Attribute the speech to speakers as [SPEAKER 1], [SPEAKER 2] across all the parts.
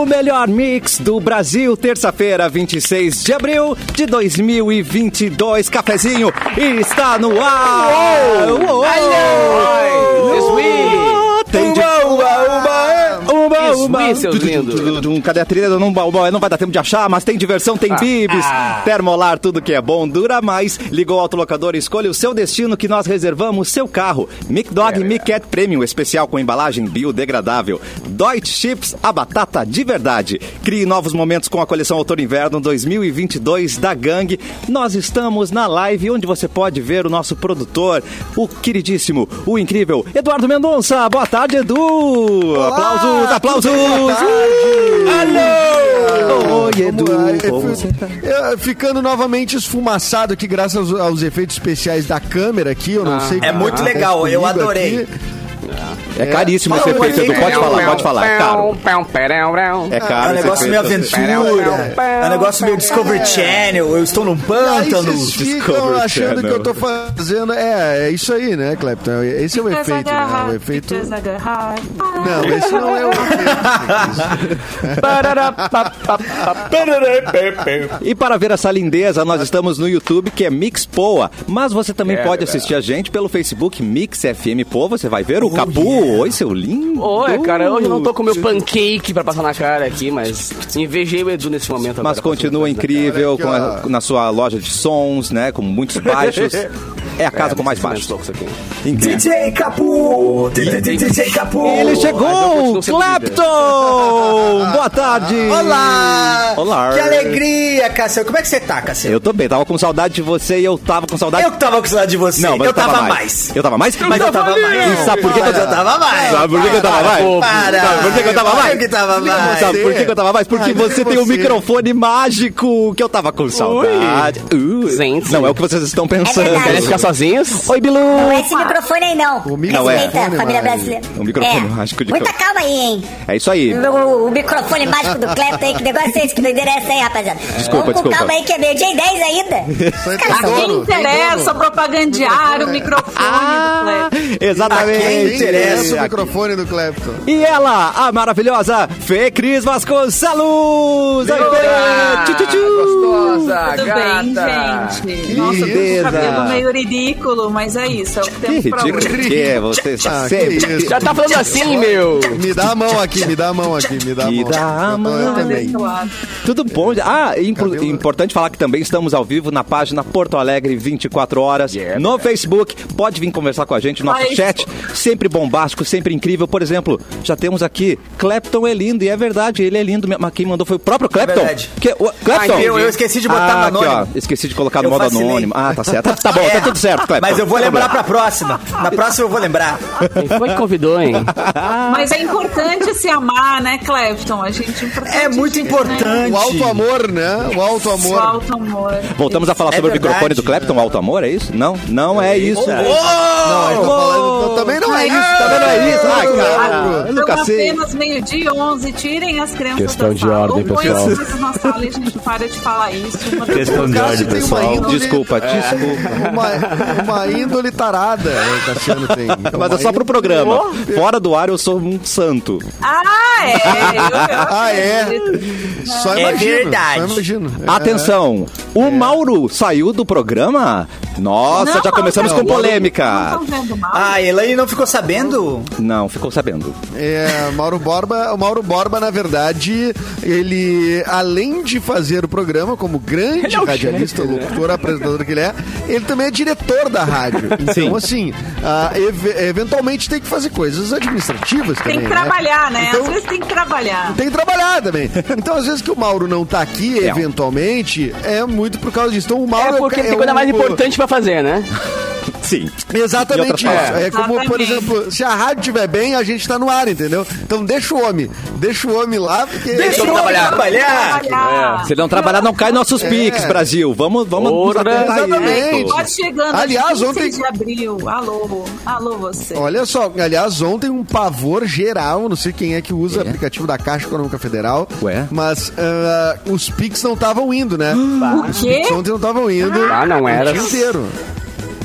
[SPEAKER 1] O melhor mix do Brasil, terça-feira, 26 de abril de 2022. Cafezinho está no ar. Uou! Uou!
[SPEAKER 2] Alô! This week.
[SPEAKER 1] Tem de... Uba,
[SPEAKER 2] Isso,
[SPEAKER 1] uba.
[SPEAKER 2] isso, seus lindos.
[SPEAKER 1] Tudum, Cadê a trilha? Não, bom, bom, não vai dar tempo de achar, mas tem diversão, tem bibis. Termolar, tudo que é bom dura mais. Liga o autolocador e escolha o seu destino que nós reservamos seu carro. Mic Dog Mic Cat Premium, especial com embalagem biodegradável. Deutsche Chips, a batata de verdade. Crie novos momentos com a coleção Outono e Inverno 2022 da Gang. Nós estamos na live onde você pode ver o nosso produtor, o queridíssimo, o incrível Eduardo Mendonça. Boa tarde, Edu! aplausos, aplausos! Alô! Oi, Edu! como você tá?
[SPEAKER 3] né? É, Ficando novamente esfumaçado aqui, graças aos, aos efeitos especiais da câmera aqui, eu não sei... o que
[SPEAKER 4] É muito
[SPEAKER 3] acontece
[SPEAKER 4] legal, eu
[SPEAKER 3] comigo
[SPEAKER 4] adorei.
[SPEAKER 3] aqui.
[SPEAKER 1] É caríssimo esse
[SPEAKER 4] Fala,
[SPEAKER 1] efeito, Edu.
[SPEAKER 4] Edu.
[SPEAKER 1] Pode
[SPEAKER 2] um
[SPEAKER 1] falar, pode falar. É caro. É
[SPEAKER 4] É
[SPEAKER 1] caro esse
[SPEAKER 4] um negócio meio
[SPEAKER 1] efeito.
[SPEAKER 4] aventura, é um negócio meio Discovery Channel, eu estou num
[SPEAKER 3] Aí
[SPEAKER 4] pântano.
[SPEAKER 3] vocês ficam
[SPEAKER 1] Discovery
[SPEAKER 3] achando que
[SPEAKER 1] Channel.
[SPEAKER 3] eu tô fazendo... É, é isso aí, né, Clepton? Esse é o efeito, né? O efeito...
[SPEAKER 5] Ah,
[SPEAKER 3] Não, esse não é o efeito.
[SPEAKER 1] E para ver essa lindeza, nós estamos no YouTube, que é Mix Poa. Mas você também
[SPEAKER 2] É
[SPEAKER 1] pode assistir a gente pelo Facebook Mix FM Poa. Você vai ver o Capu. Oi, seu lindo.
[SPEAKER 2] Oi, cara, hoje eu não tô com meu pancake pra passar na cara aqui, mas invejei o Edu nesse momento.
[SPEAKER 1] Mas
[SPEAKER 2] agora, passando na
[SPEAKER 1] continua
[SPEAKER 2] cara.
[SPEAKER 1] incrível
[SPEAKER 3] Olha aqui,
[SPEAKER 1] com a- na sua loja de sons, né? Com muitos baixos. É a casa com mais
[SPEAKER 2] Mais
[SPEAKER 1] baixos.
[SPEAKER 2] loucos aqui.
[SPEAKER 1] Incrível.
[SPEAKER 4] DJ Capu! DJ Capu!
[SPEAKER 1] Ele
[SPEAKER 2] mas eu
[SPEAKER 1] chegou,
[SPEAKER 2] continuo sendo
[SPEAKER 1] Clapton! Boa tarde!
[SPEAKER 4] Olá!
[SPEAKER 1] Olá!
[SPEAKER 4] Que alegria, Cassiano. Como é que você tá, Cassiano?
[SPEAKER 1] Eu tô bem, tava com saudade de você e eu tava com saudade...
[SPEAKER 4] Eu que tava com saudade de você.
[SPEAKER 1] Não, mas
[SPEAKER 4] eu tava mais.
[SPEAKER 1] Eu tava mais?
[SPEAKER 4] Mas eu tava mais.
[SPEAKER 1] E sabe por que que eu
[SPEAKER 4] Mas eu
[SPEAKER 1] tava
[SPEAKER 4] tava mais?
[SPEAKER 1] Sabe por que que eu tava mais?
[SPEAKER 4] Para.
[SPEAKER 1] Sabe por que que eu tava
[SPEAKER 4] Por
[SPEAKER 1] mais?
[SPEAKER 4] que tava mais?
[SPEAKER 1] Sabe por que que eu tava mais? Porque
[SPEAKER 3] Ai,
[SPEAKER 1] você tem um
[SPEAKER 3] você.
[SPEAKER 1] microfone mágico que eu tava com saudade. Uh.
[SPEAKER 2] Gente.
[SPEAKER 1] Não é o que vocês estão pensando.
[SPEAKER 6] É verdade.
[SPEAKER 2] Querem ficar sozinhos?
[SPEAKER 1] Oi, Bilu!
[SPEAKER 6] Não é esse microfone aí, não.
[SPEAKER 3] O microfone,
[SPEAKER 1] é.
[SPEAKER 6] Respeita,
[SPEAKER 3] mano.
[SPEAKER 6] família brasileira. É.
[SPEAKER 1] O É um microfone mágico de
[SPEAKER 6] Muita
[SPEAKER 1] Cleo.
[SPEAKER 6] calma aí, hein.
[SPEAKER 1] É isso aí.
[SPEAKER 6] O, o microfone mágico do Clepton aí, que negócio é esse? Que doideira é essa aí, rapaziada?
[SPEAKER 1] Desculpa,
[SPEAKER 6] Vamos com
[SPEAKER 1] desculpa.
[SPEAKER 6] calma aí, que é meio dia e 10 ainda.
[SPEAKER 3] Isso aí
[SPEAKER 6] Cara,
[SPEAKER 3] tem
[SPEAKER 5] A quem
[SPEAKER 3] dono, tem
[SPEAKER 5] interessa
[SPEAKER 3] dono.
[SPEAKER 5] propagandear o
[SPEAKER 1] Ah,
[SPEAKER 5] microfone do Clepton?
[SPEAKER 1] Exatamente.
[SPEAKER 4] Aqui
[SPEAKER 3] Quem interessa o
[SPEAKER 1] Aqui.
[SPEAKER 3] microfone do Clepton.
[SPEAKER 1] E ela, a maravilhosa Fê Cris Vasconcelos! Aí,
[SPEAKER 2] Ah,
[SPEAKER 1] Fê! Tchu, tchu, tchu.
[SPEAKER 7] tá,
[SPEAKER 2] Gostosa,
[SPEAKER 5] Tudo
[SPEAKER 2] gata.
[SPEAKER 5] bem, gente? Nossa, eu tô com o
[SPEAKER 1] lindeza.
[SPEAKER 5] cabelo meio ridículo, mas é isso, é o que
[SPEAKER 1] Que
[SPEAKER 5] temos pra
[SPEAKER 1] ridículo
[SPEAKER 5] hoje.
[SPEAKER 1] que é, você
[SPEAKER 3] Ah,
[SPEAKER 1] está
[SPEAKER 3] que
[SPEAKER 1] sempre...
[SPEAKER 3] isso.
[SPEAKER 2] Já tá falando assim, meu.
[SPEAKER 3] Me dá a mão aqui, me dá a mão aqui, me dá a
[SPEAKER 1] Me
[SPEAKER 3] mão.
[SPEAKER 1] dá a
[SPEAKER 3] Eu tô-
[SPEAKER 1] mão.
[SPEAKER 3] Eu também.
[SPEAKER 5] Abençoado.
[SPEAKER 1] Tudo bom? Ah, e impor-
[SPEAKER 3] Cabelo-
[SPEAKER 1] importante falar que também estamos ao vivo na página Porto Alegre 24 horas
[SPEAKER 2] Yeah,
[SPEAKER 1] no Facebook. Pode vir conversar com a gente, nosso
[SPEAKER 5] Mas-
[SPEAKER 1] chat sempre bombástico, sempre incrível. Por exemplo, já temos aqui Clapton é lindo e é verdade, ele é lindo. mesmo. Mas quem mandou foi o próprio Clapton.
[SPEAKER 4] É verdade.
[SPEAKER 1] que, o, Clapton.
[SPEAKER 4] Ah, eu- eu esqueci de botar
[SPEAKER 1] ah,
[SPEAKER 4] no anônimo.
[SPEAKER 1] Aqui, ó, esqueci de colocar no
[SPEAKER 4] Eu
[SPEAKER 1] modo
[SPEAKER 4] vacilei.
[SPEAKER 1] anônimo. Ah, tá certo. Tá, tá bom, tá tudo certo, Clapton.
[SPEAKER 4] Mas eu vou
[SPEAKER 1] Tá
[SPEAKER 4] lembrar
[SPEAKER 1] bom.
[SPEAKER 4] pra próxima. Na próxima eu vou lembrar.
[SPEAKER 2] Quem foi que convidou, hein?
[SPEAKER 5] Mas é importante se amar, né, Clepton? A gente importante
[SPEAKER 4] É muito
[SPEAKER 5] isso, né?
[SPEAKER 4] importante.
[SPEAKER 3] O alto amor, né? O alto
[SPEAKER 5] O
[SPEAKER 3] amor.
[SPEAKER 5] alto amor.
[SPEAKER 1] Voltamos a falar
[SPEAKER 4] É
[SPEAKER 1] sobre
[SPEAKER 4] verdade.
[SPEAKER 1] o microfone do Clapton, Alto Amor, é isso? Não, não é isso.
[SPEAKER 3] Não, eu tô falando, então, também não é isso.
[SPEAKER 1] Também não é isso. Ai,
[SPEAKER 5] Ah,
[SPEAKER 1] cara, eu nunca
[SPEAKER 5] São
[SPEAKER 1] sei.
[SPEAKER 5] apenas meio-dia, 11. Tirem as crianças
[SPEAKER 7] Questão
[SPEAKER 5] da
[SPEAKER 7] de
[SPEAKER 5] sala.
[SPEAKER 7] ordem,
[SPEAKER 5] Ou põe as
[SPEAKER 7] pessoal.
[SPEAKER 5] crianças na sala e a gente para de falar isso. Uma
[SPEAKER 7] Questão de
[SPEAKER 3] Cássio
[SPEAKER 7] ordem,
[SPEAKER 3] tem uma
[SPEAKER 7] pessoal.
[SPEAKER 3] índole-
[SPEAKER 1] Desculpa, desculpa.
[SPEAKER 3] Uma, uma índole tarada, né, o Cassiano tem.
[SPEAKER 1] Mas é só pro programa. Fora do ar eu sou um santo.
[SPEAKER 5] Ah, é. Eu, eu
[SPEAKER 3] Ah, é?
[SPEAKER 5] acredito.
[SPEAKER 3] Só
[SPEAKER 4] É
[SPEAKER 3] imagino,
[SPEAKER 4] verdade.
[SPEAKER 3] Só imagino. É.
[SPEAKER 1] Ah, Atenção, o Mauro saiu do programa? Nossa,
[SPEAKER 5] Não,
[SPEAKER 1] já começamos
[SPEAKER 5] não,
[SPEAKER 1] com
[SPEAKER 5] não,
[SPEAKER 1] polêmica.
[SPEAKER 5] Não estão vendo mal.
[SPEAKER 4] Ah, Elaine não ficou sabendo?
[SPEAKER 1] Não, ficou sabendo.
[SPEAKER 3] É, Mauro Borba, o Mauro Borba, na verdade, ele, além de fazer o programa como grande
[SPEAKER 1] é
[SPEAKER 3] radialista, locutor, apresentador que ele é, ele também é diretor da rádio. Então,
[SPEAKER 1] Sim.
[SPEAKER 3] assim, ah, ev- eventualmente tem que fazer coisas administrativas também.
[SPEAKER 5] Tem que trabalhar, né?
[SPEAKER 3] Então,
[SPEAKER 5] Às vezes tem que trabalhar.
[SPEAKER 3] Tem que trabalhar também. Então, às vezes que o Mauro não tá aqui,
[SPEAKER 1] É.
[SPEAKER 3] eventualmente, é muito por causa disso. Então, o Mauro
[SPEAKER 2] É porque
[SPEAKER 3] é
[SPEAKER 2] tem coisa
[SPEAKER 3] um-
[SPEAKER 2] mais importante pra fazer, né?
[SPEAKER 1] Sim. E outras
[SPEAKER 3] Exatamente isso.
[SPEAKER 1] palavras.
[SPEAKER 3] É como, por
[SPEAKER 5] Exatamente.
[SPEAKER 3] exemplo, se a rádio estiver bem, a gente tá no ar, entendeu? Então deixa o homem. Deixa o homem lá, porque.
[SPEAKER 4] Deixa eu trabalhar. Trabalhar.
[SPEAKER 5] Trabalhar.
[SPEAKER 1] Se não É, trabalhar, não cai nossos piques, Brasil. Vamos, vamos. nos
[SPEAKER 2] Ora,
[SPEAKER 1] atentar a isso.
[SPEAKER 3] Exatamente.
[SPEAKER 5] Pode chegando. é
[SPEAKER 3] Aliás,
[SPEAKER 5] 26
[SPEAKER 3] ontem-
[SPEAKER 5] de abril. Alô, alô você.
[SPEAKER 3] Olha só, aliás, ontem um pavor geral, não sei quem é que usa aplicativo da Caixa Econômica Federal,
[SPEAKER 1] Ué? Ah.
[SPEAKER 3] mas ah, os Pix não estavam indo, né?
[SPEAKER 5] O
[SPEAKER 3] Os
[SPEAKER 5] quê?
[SPEAKER 3] Pix ontem não estavam indo.
[SPEAKER 2] Ah, não
[SPEAKER 3] o
[SPEAKER 2] era.
[SPEAKER 3] dia inteiro.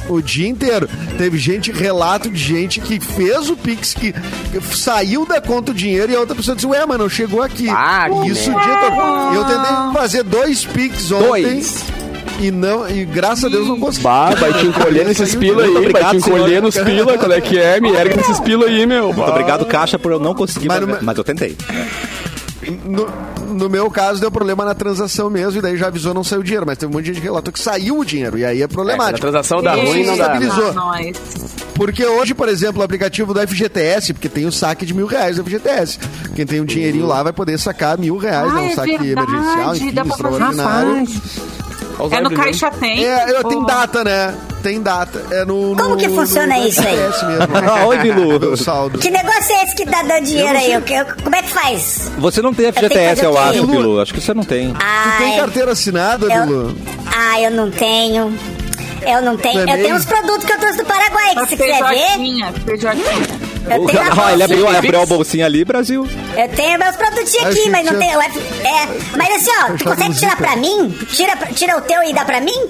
[SPEAKER 3] O dia inteiro. Teve gente, relato de gente que fez o Pix, que saiu da conta o dinheiro e a outra pessoa disse, ué, mas não chegou aqui.
[SPEAKER 2] Ah, que
[SPEAKER 3] Isso o dia todo. Eu tentei fazer dois Pix ontem.
[SPEAKER 2] Dois.
[SPEAKER 3] E não, e graças a Deus não consegui.
[SPEAKER 7] Bah, Ah, vai te encolher nesses pila aí, vai te
[SPEAKER 1] obrigado,
[SPEAKER 7] encolher
[SPEAKER 1] senhor.
[SPEAKER 7] nos pila, qual é que é? Me ergue nesses pila aí, meu.
[SPEAKER 1] Muito obrigado, Caixa, por eu não é- conseguir,
[SPEAKER 3] Mas
[SPEAKER 1] mas,
[SPEAKER 3] numa-
[SPEAKER 1] mas eu tentei.
[SPEAKER 3] No, no meu caso, deu problema na transação mesmo, e daí já avisou, não saiu o dinheiro. Mas teve um monte de gente que relatou que saiu o dinheiro, e aí é
[SPEAKER 2] A
[SPEAKER 3] problemático. Então,
[SPEAKER 2] transação dá
[SPEAKER 3] Isso,
[SPEAKER 2] ruim, não dá.
[SPEAKER 3] estabiliza.
[SPEAKER 5] Ah, nós.
[SPEAKER 3] Porque hoje, por exemplo, o aplicativo da FGTS, porque tem o saque de mil reais da FGTS. Quem tem um dinheirinho lá vai poder sacar mil reais,
[SPEAKER 5] Ah,
[SPEAKER 3] é um
[SPEAKER 5] é
[SPEAKER 3] saque
[SPEAKER 5] verdade,
[SPEAKER 3] emergencial, enfim,
[SPEAKER 5] dá pra fazer.
[SPEAKER 3] extraordinário.
[SPEAKER 1] Tá
[SPEAKER 5] É no Caixa Tem.
[SPEAKER 3] É, eu- tem
[SPEAKER 5] Pô.
[SPEAKER 3] data, né? Tem data. É no,
[SPEAKER 6] Como
[SPEAKER 3] no-
[SPEAKER 6] que
[SPEAKER 3] no-
[SPEAKER 6] funciona
[SPEAKER 3] no
[SPEAKER 6] isso aí?
[SPEAKER 3] FGTS mesmo.
[SPEAKER 1] Ah, Oi, Bilu.
[SPEAKER 3] O saldo.
[SPEAKER 6] Que negócio é esse que tá dando dinheiro aí? Eu- eu- como é que faz?
[SPEAKER 1] Você não
[SPEAKER 5] É
[SPEAKER 1] tem
[SPEAKER 6] tenho que
[SPEAKER 1] FGTS,
[SPEAKER 6] fazer
[SPEAKER 1] eu
[SPEAKER 6] o quê?
[SPEAKER 1] acho, Bilu. Acho que você não tem.
[SPEAKER 6] Ah,
[SPEAKER 3] Tu tem
[SPEAKER 6] é-
[SPEAKER 3] carteira assinada,
[SPEAKER 6] eu,
[SPEAKER 3] Bilu?
[SPEAKER 6] ah, eu não tenho. Eu não tenho.
[SPEAKER 1] é
[SPEAKER 6] Eu
[SPEAKER 3] Também?
[SPEAKER 6] tenho uns produtos que eu trouxe do Paraguai, que
[SPEAKER 5] Mas
[SPEAKER 6] se quiser ver,
[SPEAKER 5] feijoadinha, feijoadinha.
[SPEAKER 6] eu tenho na
[SPEAKER 1] Ah, ele abriu,
[SPEAKER 6] bolsinha.
[SPEAKER 1] abriu a bolsinha ali, Brasil.
[SPEAKER 6] Eu tenho meus produtinhos
[SPEAKER 3] Achei
[SPEAKER 6] aqui, mas
[SPEAKER 3] que
[SPEAKER 6] não
[SPEAKER 3] tinha-
[SPEAKER 6] tenho. É, mas assim, ó, tu
[SPEAKER 3] Fechado no
[SPEAKER 6] consegue tirar
[SPEAKER 3] zíper.
[SPEAKER 6] pra mim? Tira, pra- tira o teu e dá pra mim?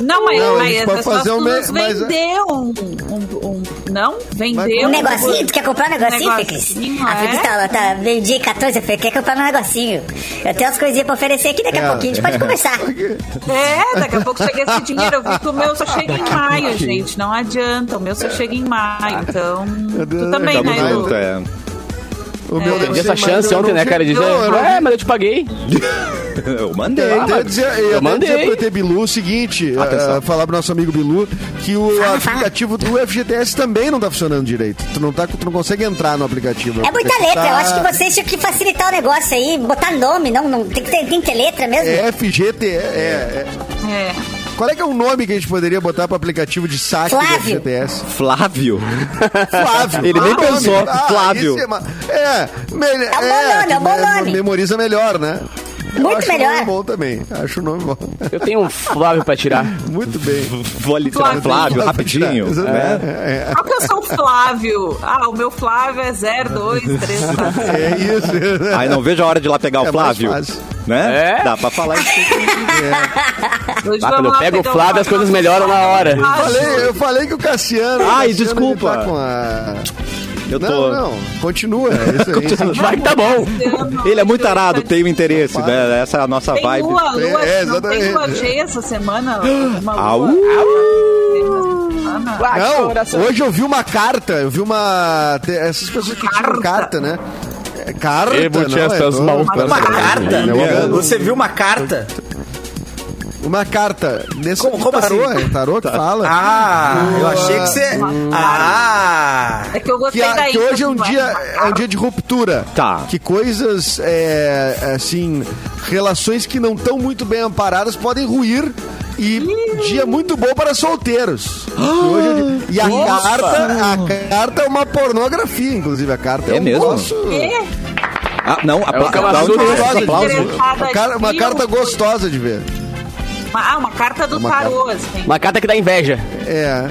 [SPEAKER 5] Não, mas,
[SPEAKER 3] Não,
[SPEAKER 5] mas
[SPEAKER 3] eles
[SPEAKER 5] as
[SPEAKER 3] podem
[SPEAKER 5] pessoas
[SPEAKER 3] fazer um
[SPEAKER 5] tudo
[SPEAKER 3] me- mas-
[SPEAKER 5] vendeu um, um- um- Não? Vendeu
[SPEAKER 6] Um negocinho? Tu quer comprar um negocinho, Fecris?
[SPEAKER 5] negocinho,
[SPEAKER 6] A Fecris
[SPEAKER 5] é?
[SPEAKER 6] tá, tá meio-dia e 14, eu falei, quer comprar um negocinho. Eu tenho umas coisinhas pra oferecer aqui daqui
[SPEAKER 3] É.
[SPEAKER 6] a pouquinho, a gente pode conversar.
[SPEAKER 5] É, daqui a pouco chega esse dinheiro. Eu vi que o meu só chega em maio, gente. Não adianta. O meu só chega em maio. Então. Tu também,
[SPEAKER 1] Tamo
[SPEAKER 5] né,
[SPEAKER 1] junto,
[SPEAKER 5] Edu?
[SPEAKER 1] é.
[SPEAKER 3] O
[SPEAKER 6] É.
[SPEAKER 3] meu deve
[SPEAKER 7] Deu
[SPEAKER 3] ser,
[SPEAKER 7] essa
[SPEAKER 3] mas
[SPEAKER 7] chance
[SPEAKER 3] eu
[SPEAKER 7] ontem,
[SPEAKER 3] não
[SPEAKER 7] né, cara? Diz,
[SPEAKER 5] Eu- eu não
[SPEAKER 7] é, mas eu te paguei.
[SPEAKER 1] Eu mandei.
[SPEAKER 3] Eu até dizer, eu até
[SPEAKER 7] mandei.
[SPEAKER 3] dizer pro ET Bilu o seguinte,
[SPEAKER 7] Atenção.
[SPEAKER 3] ah, falar pro nosso amigo Bilu que o
[SPEAKER 6] Fala, fala.
[SPEAKER 3] aplicativo do FGTS também não tá funcionando direito. Tu não, tá, tu não consegue entrar no aplicativo. Tá
[SPEAKER 6] É muita letra, eu acho que vocês tinham que facilitar o negócio aí, botar nome, não, não tem, que ter, tem que ter letra mesmo.
[SPEAKER 3] É FGTS. É, é.
[SPEAKER 5] É.
[SPEAKER 3] Qual é que é o nome que a gente poderia botar pro aplicativo de saque
[SPEAKER 6] Flávio.
[SPEAKER 3] do FGTS?
[SPEAKER 1] Flávio.
[SPEAKER 3] Flávio.
[SPEAKER 1] Ele nem
[SPEAKER 3] Ah, nome.
[SPEAKER 1] pensou.
[SPEAKER 3] Ah,
[SPEAKER 1] Flávio.
[SPEAKER 3] isso É, ma- é, melhor.
[SPEAKER 6] É um bom nome, é um bom nome.
[SPEAKER 3] Memoriza melhor, né? Eu
[SPEAKER 6] Muito
[SPEAKER 3] acho o
[SPEAKER 6] melhor.
[SPEAKER 3] nome bom também. Acho o nome bom.
[SPEAKER 7] Eu tenho um Flávio pra tirar.
[SPEAKER 3] Muito bem. Tá
[SPEAKER 1] Vou ali tirar
[SPEAKER 5] Flávio.
[SPEAKER 1] Flávio, rapidinho. né?
[SPEAKER 3] É,
[SPEAKER 5] Qual que é o seu Flávio? Ah, o meu Flávio é 0, 2, 3, 4.
[SPEAKER 3] é, é isso.
[SPEAKER 1] Aí não vejo a hora de ir lá pegar
[SPEAKER 3] É
[SPEAKER 1] o
[SPEAKER 3] mais
[SPEAKER 1] Flávio.
[SPEAKER 3] fácil.
[SPEAKER 1] Né?
[SPEAKER 7] É?
[SPEAKER 1] Dá pra falar isso.
[SPEAKER 5] Hoje
[SPEAKER 7] Ah, quando
[SPEAKER 5] vamos lá
[SPEAKER 7] eu pego o
[SPEAKER 5] pegar Ah,
[SPEAKER 7] Flávio, as coisas melhoram na hora.
[SPEAKER 5] Flávio.
[SPEAKER 3] Falei, eu falei que o Cassiano. o
[SPEAKER 1] Ai,
[SPEAKER 3] Cassiano, ele
[SPEAKER 1] desculpa.
[SPEAKER 3] tá com a-
[SPEAKER 1] Eu tô.
[SPEAKER 3] Não, não. Continua. é Isso aí.
[SPEAKER 7] Vai que tá bom.
[SPEAKER 1] Ele é muito arado, tem o interesse,
[SPEAKER 3] Rapaz.
[SPEAKER 1] né? Essa é a nossa
[SPEAKER 5] Tem
[SPEAKER 1] vibe.
[SPEAKER 5] lua, lua,
[SPEAKER 3] É,
[SPEAKER 5] não tem lua
[SPEAKER 3] exatamente.
[SPEAKER 5] cheia essa semana? Uma lua.
[SPEAKER 1] Au.
[SPEAKER 5] Semana.
[SPEAKER 7] Ah, que coração.
[SPEAKER 3] Não, hoje eu vi uma carta, eu vi uma. te- Essas pessoas que tiram
[SPEAKER 5] Carta.
[SPEAKER 3] carta, né? É, Carta.
[SPEAKER 7] Devo
[SPEAKER 3] não,
[SPEAKER 7] te
[SPEAKER 3] é
[SPEAKER 7] estas
[SPEAKER 3] todo-
[SPEAKER 7] mãos
[SPEAKER 3] uma,
[SPEAKER 4] Uma
[SPEAKER 7] Nossa,
[SPEAKER 4] carta?
[SPEAKER 7] meu
[SPEAKER 1] amor.
[SPEAKER 4] Você viu uma carta?
[SPEAKER 3] uma carta. Nesse
[SPEAKER 4] Como- como
[SPEAKER 3] tarô,
[SPEAKER 4] assim?
[SPEAKER 3] é tarô que fala.
[SPEAKER 4] Ah, eu achei que você. Ah!
[SPEAKER 5] É que eu
[SPEAKER 3] que,
[SPEAKER 5] gostei
[SPEAKER 3] a-
[SPEAKER 5] daí.
[SPEAKER 3] que hoje é um,
[SPEAKER 5] Flávio.
[SPEAKER 3] dia, é um dia de ruptura.
[SPEAKER 1] Tá.
[SPEAKER 3] Que coisas, é, assim, relações que não estão muito bem amparadas podem ruir. E dia muito bom para solteiros.
[SPEAKER 1] Ah,
[SPEAKER 3] Que hoje é dia- e a carta, a carta é uma pornografia, inclusive. A carta é,
[SPEAKER 1] É
[SPEAKER 3] um
[SPEAKER 1] mesmo?
[SPEAKER 3] negócio-
[SPEAKER 5] Quê?
[SPEAKER 1] Ah, não, apla
[SPEAKER 7] o Kama
[SPEAKER 1] aplauso.
[SPEAKER 7] Sutra.
[SPEAKER 1] aplauso, aplauso.
[SPEAKER 3] Uma, cara- uma carta gostosa de ver.
[SPEAKER 5] Ah, uma carta do
[SPEAKER 3] Uma
[SPEAKER 5] tarô, assim.
[SPEAKER 7] Uma carta que dá inveja.
[SPEAKER 3] É.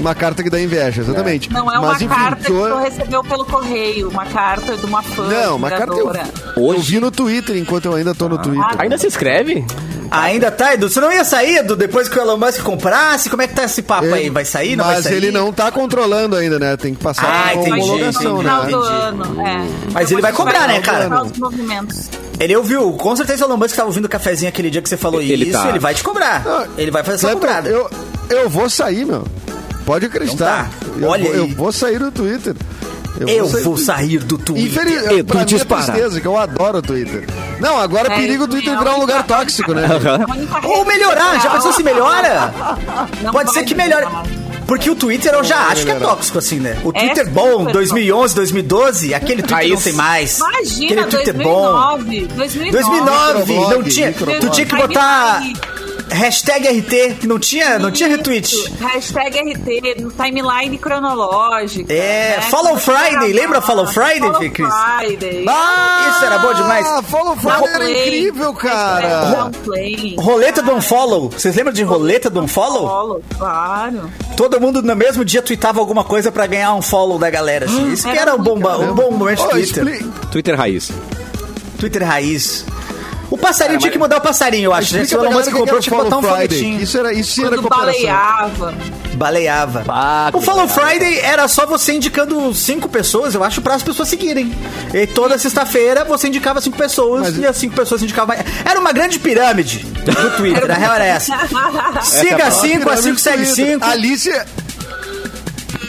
[SPEAKER 3] Uma carta que dá inveja, exatamente.
[SPEAKER 5] Não é uma
[SPEAKER 3] Mas, enfim,
[SPEAKER 5] carta que
[SPEAKER 3] tô-
[SPEAKER 5] tu recebeu pelo correio, uma carta de uma fã
[SPEAKER 3] Não, uma carta eu,
[SPEAKER 5] admiradora.
[SPEAKER 3] eu vi no Twitter, enquanto eu ainda tô
[SPEAKER 1] Ah.
[SPEAKER 3] no Twitter.
[SPEAKER 7] Ainda se escreve?
[SPEAKER 4] Ainda tá, Edu? Você não ia sair, Edu, depois que o Elon Musk comprasse? Como é que tá esse papo
[SPEAKER 3] Ele-
[SPEAKER 4] aí? Vai sair, não
[SPEAKER 3] mas
[SPEAKER 4] vai sair?
[SPEAKER 3] ele não tá controlando ainda, né? Tem que passar uma
[SPEAKER 4] Ah, entendi,
[SPEAKER 3] homologação,
[SPEAKER 4] entendi.
[SPEAKER 5] no final
[SPEAKER 3] né?
[SPEAKER 5] do
[SPEAKER 4] Entendi.
[SPEAKER 5] ano, é.
[SPEAKER 4] Mas ele vai cobrar, né, cara?
[SPEAKER 5] mostrar os movimentos.
[SPEAKER 4] Ele ouviu, com certeza o Elon Musk tava ouvindo o cafezinho aquele dia que você falou
[SPEAKER 1] Ele
[SPEAKER 4] isso,
[SPEAKER 1] tá.
[SPEAKER 4] ele vai te cobrar.
[SPEAKER 3] Ah,
[SPEAKER 4] ele vai fazer essa
[SPEAKER 3] Clepton,
[SPEAKER 4] cobrada.
[SPEAKER 3] eu, eu vou sair, meu. Pode acreditar.
[SPEAKER 4] Então tá.
[SPEAKER 3] Eu,
[SPEAKER 4] Olha
[SPEAKER 3] vou, eu
[SPEAKER 4] aí.
[SPEAKER 3] vou sair do Twitter.
[SPEAKER 4] Eu vou sair do Twitter.
[SPEAKER 3] Infeliz...
[SPEAKER 1] Edu,
[SPEAKER 3] pra minha
[SPEAKER 1] dispara.
[SPEAKER 3] tristeza, que eu adoro o Twitter. Não, agora é
[SPEAKER 5] É,
[SPEAKER 3] perigo o
[SPEAKER 5] enfim,
[SPEAKER 3] Twitter
[SPEAKER 5] é
[SPEAKER 3] virar um
[SPEAKER 5] uma-
[SPEAKER 3] lugar tóxico, né?
[SPEAKER 5] A É única
[SPEAKER 4] Ou
[SPEAKER 5] rede
[SPEAKER 4] melhorar, já
[SPEAKER 5] social-
[SPEAKER 4] pensou se melhora?
[SPEAKER 5] Não
[SPEAKER 4] Pode
[SPEAKER 5] vai
[SPEAKER 4] ser que melhore.
[SPEAKER 5] melhorar.
[SPEAKER 4] Porque o Twitter eu já
[SPEAKER 3] vai
[SPEAKER 4] acho que é
[SPEAKER 3] melhorar.
[SPEAKER 4] tóxico, assim, né? O
[SPEAKER 5] É
[SPEAKER 4] Twitter
[SPEAKER 5] super
[SPEAKER 4] bom,
[SPEAKER 5] tóxico.
[SPEAKER 4] 2011, 2012, aquele Twitter não
[SPEAKER 7] isso.
[SPEAKER 4] tem mais.
[SPEAKER 5] Imagina,
[SPEAKER 4] aquele Twitter bom.
[SPEAKER 5] 2009, 2009.
[SPEAKER 4] 2009, não
[SPEAKER 3] Microblog,
[SPEAKER 4] tinha. Tu
[SPEAKER 3] microblog.
[SPEAKER 4] tinha que
[SPEAKER 5] Vai
[SPEAKER 4] botar
[SPEAKER 5] me sair.
[SPEAKER 4] hashtag RT, que não tinha, não tinha retweet.
[SPEAKER 5] Isso, Hashtag RT, no timeline cronológica. né?
[SPEAKER 4] É, Follow Friday, lembra Follow Friday,
[SPEAKER 5] Follow
[SPEAKER 4] Fê Cris?
[SPEAKER 5] Friday.
[SPEAKER 4] Ah, isso era bom demais.
[SPEAKER 3] Ah, Follow Friday era
[SPEAKER 5] Downplay.
[SPEAKER 3] incrível,
[SPEAKER 5] Hashtag
[SPEAKER 3] cara.
[SPEAKER 5] downplay.
[SPEAKER 4] Roleta do Unfollow. Vocês lembram de roleta do Unfollow?
[SPEAKER 5] Follow, claro.
[SPEAKER 4] Todo mundo no mesmo dia tweetava alguma coisa pra ganhar um follow da galera. assim. Isso que
[SPEAKER 5] Era
[SPEAKER 4] era um bom,
[SPEAKER 5] muito
[SPEAKER 4] um bom momento de
[SPEAKER 3] Ô,
[SPEAKER 4] Twitter.
[SPEAKER 3] expli-
[SPEAKER 1] Twitter raiz.
[SPEAKER 4] Twitter raiz. O passarinho tinha que mudar o passarinho, eu acho. né? Se o Elon Musk comprou, tinha que botar um foguetinho.
[SPEAKER 3] Isso era, isso era
[SPEAKER 5] Quando
[SPEAKER 3] cooperação.
[SPEAKER 5] baleava.
[SPEAKER 4] Baleava.
[SPEAKER 7] Ah,
[SPEAKER 4] o Follow Friday era só você indicando cinco pessoas, eu acho, para as pessoas seguirem. E toda sexta-feira você indicava cinco pessoas
[SPEAKER 3] Mas-
[SPEAKER 4] e as cinco pessoas indicavam. Era uma grande pirâmide no Twitter, na real era é essa. Siga cinco, a cinco segue cinco.
[SPEAKER 3] Alice.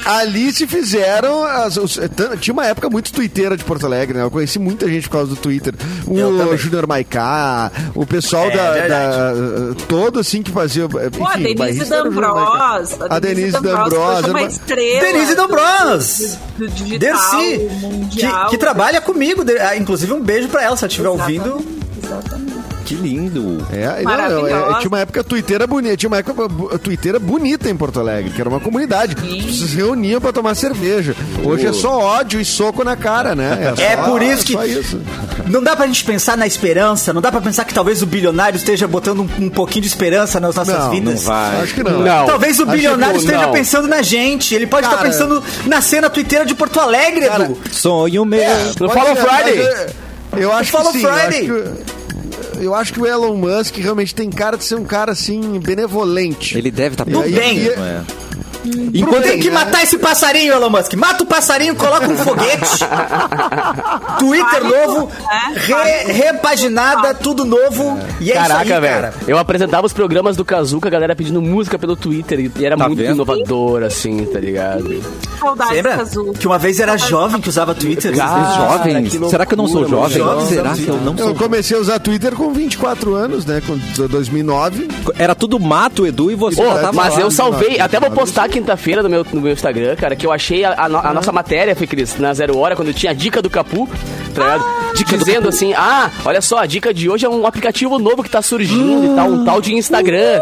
[SPEAKER 3] Ali se fizeram. as- os- é, tan- tinha uma época muito twitteira de Porto Alegre, né? Eu conheci muita gente por causa do Twitter.
[SPEAKER 4] Eu também.
[SPEAKER 3] O Júnior Maicá, o pessoal
[SPEAKER 4] É,
[SPEAKER 3] da,
[SPEAKER 4] verdade.
[SPEAKER 3] da- Todo assim que fazia.
[SPEAKER 5] Pô, a Denise D'Ambros.
[SPEAKER 3] D'Ambros. A Denise D'Ambros.
[SPEAKER 5] foi
[SPEAKER 3] era
[SPEAKER 5] uma
[SPEAKER 3] uma-
[SPEAKER 5] estrela.
[SPEAKER 4] Denise D'Ambros.
[SPEAKER 5] do- do- do digital,
[SPEAKER 4] Dercy,
[SPEAKER 5] mundial.
[SPEAKER 4] que, que trabalha comigo. De- ah, Inclusive, um beijo pra ela, se ela estiver
[SPEAKER 5] Exatamente,
[SPEAKER 4] ouvindo.
[SPEAKER 5] Exatamente.
[SPEAKER 1] Que lindo.
[SPEAKER 3] É, não,
[SPEAKER 5] Maravilhosa.
[SPEAKER 3] é, é, tinha uma época twitteira bonita, tinha uma época bu- twitteira bonita em Porto Alegre, que era uma comunidade. As pessoas se reuniam pra tomar cerveja. Hoje é só ódio e soco na cara, né?
[SPEAKER 4] É
[SPEAKER 3] só-
[SPEAKER 4] por isso que-
[SPEAKER 3] só isso.
[SPEAKER 4] Não dá pra gente pensar na esperança, não dá pra pensar que talvez o bilionário esteja botando um, um pouquinho de esperança nas nossas
[SPEAKER 3] Não,
[SPEAKER 4] vidas.
[SPEAKER 1] não vai.
[SPEAKER 3] Acho que não.
[SPEAKER 7] Não.
[SPEAKER 4] Talvez o
[SPEAKER 3] Acho
[SPEAKER 4] bilionário
[SPEAKER 7] que não,
[SPEAKER 4] esteja
[SPEAKER 7] não.
[SPEAKER 4] pensando na gente. Ele pode estar
[SPEAKER 3] Cara.
[SPEAKER 4] pensando na cena twitteira de Porto Alegre, Edu.
[SPEAKER 1] Sonho meu.
[SPEAKER 7] No
[SPEAKER 3] Pode
[SPEAKER 7] Follow
[SPEAKER 3] ser,
[SPEAKER 7] Friday.
[SPEAKER 3] mas, eh, Eu acho
[SPEAKER 4] Follow
[SPEAKER 3] que sim,
[SPEAKER 4] Friday.
[SPEAKER 3] Eu acho que, eu acho que o Elon Musk realmente tem cara de ser um cara assim benevolente.
[SPEAKER 1] Ele deve estar
[SPEAKER 3] E aí-
[SPEAKER 4] bem.
[SPEAKER 3] e-
[SPEAKER 1] É.
[SPEAKER 4] Enquanto tem
[SPEAKER 3] bem,
[SPEAKER 4] que
[SPEAKER 3] né?
[SPEAKER 4] matar esse passarinho, Elon Musk. Mata o passarinho, coloca um foguete. Twitter
[SPEAKER 5] Fale
[SPEAKER 4] novo,
[SPEAKER 5] tudo, né?
[SPEAKER 4] re- repaginada, tudo novo. E é isso
[SPEAKER 7] Caraca,
[SPEAKER 4] aí, cara.
[SPEAKER 7] velho. Eu apresentava os programas do Kazuca, a galera pedindo música pelo Twitter. E e era
[SPEAKER 1] Tá
[SPEAKER 7] muito
[SPEAKER 1] vendo?
[SPEAKER 7] inovador, assim, tá ligado?
[SPEAKER 5] Saudades
[SPEAKER 4] Lembra?
[SPEAKER 5] azul.
[SPEAKER 4] Que uma vez era jovem que usava Twitter.
[SPEAKER 7] Cara,
[SPEAKER 1] Jovens?
[SPEAKER 7] que
[SPEAKER 1] Será que eu não sou
[SPEAKER 7] loucura,
[SPEAKER 1] jovem?
[SPEAKER 4] mano.
[SPEAKER 1] Será que eu não
[SPEAKER 3] Eu
[SPEAKER 1] sou
[SPEAKER 3] comecei a usar Twitter com 24 anos, né? Com 2009.
[SPEAKER 1] Era tudo mato, Edu, e você
[SPEAKER 7] Ô,
[SPEAKER 1] já tava
[SPEAKER 7] mas
[SPEAKER 1] lá.
[SPEAKER 7] eu salvei,
[SPEAKER 3] Eduardo,
[SPEAKER 7] até vou
[SPEAKER 3] Eduardo,
[SPEAKER 7] postar quinta-feira no meu, no meu Instagram, cara, que eu achei a, a no- a nossa matéria, Fê Cris, na Zero Hora, quando tinha a dica do Capu, tá ligado? dizendo assim, ah, olha só, a dica de hoje é um aplicativo novo que tá surgindo e tal, um tal de Instagram.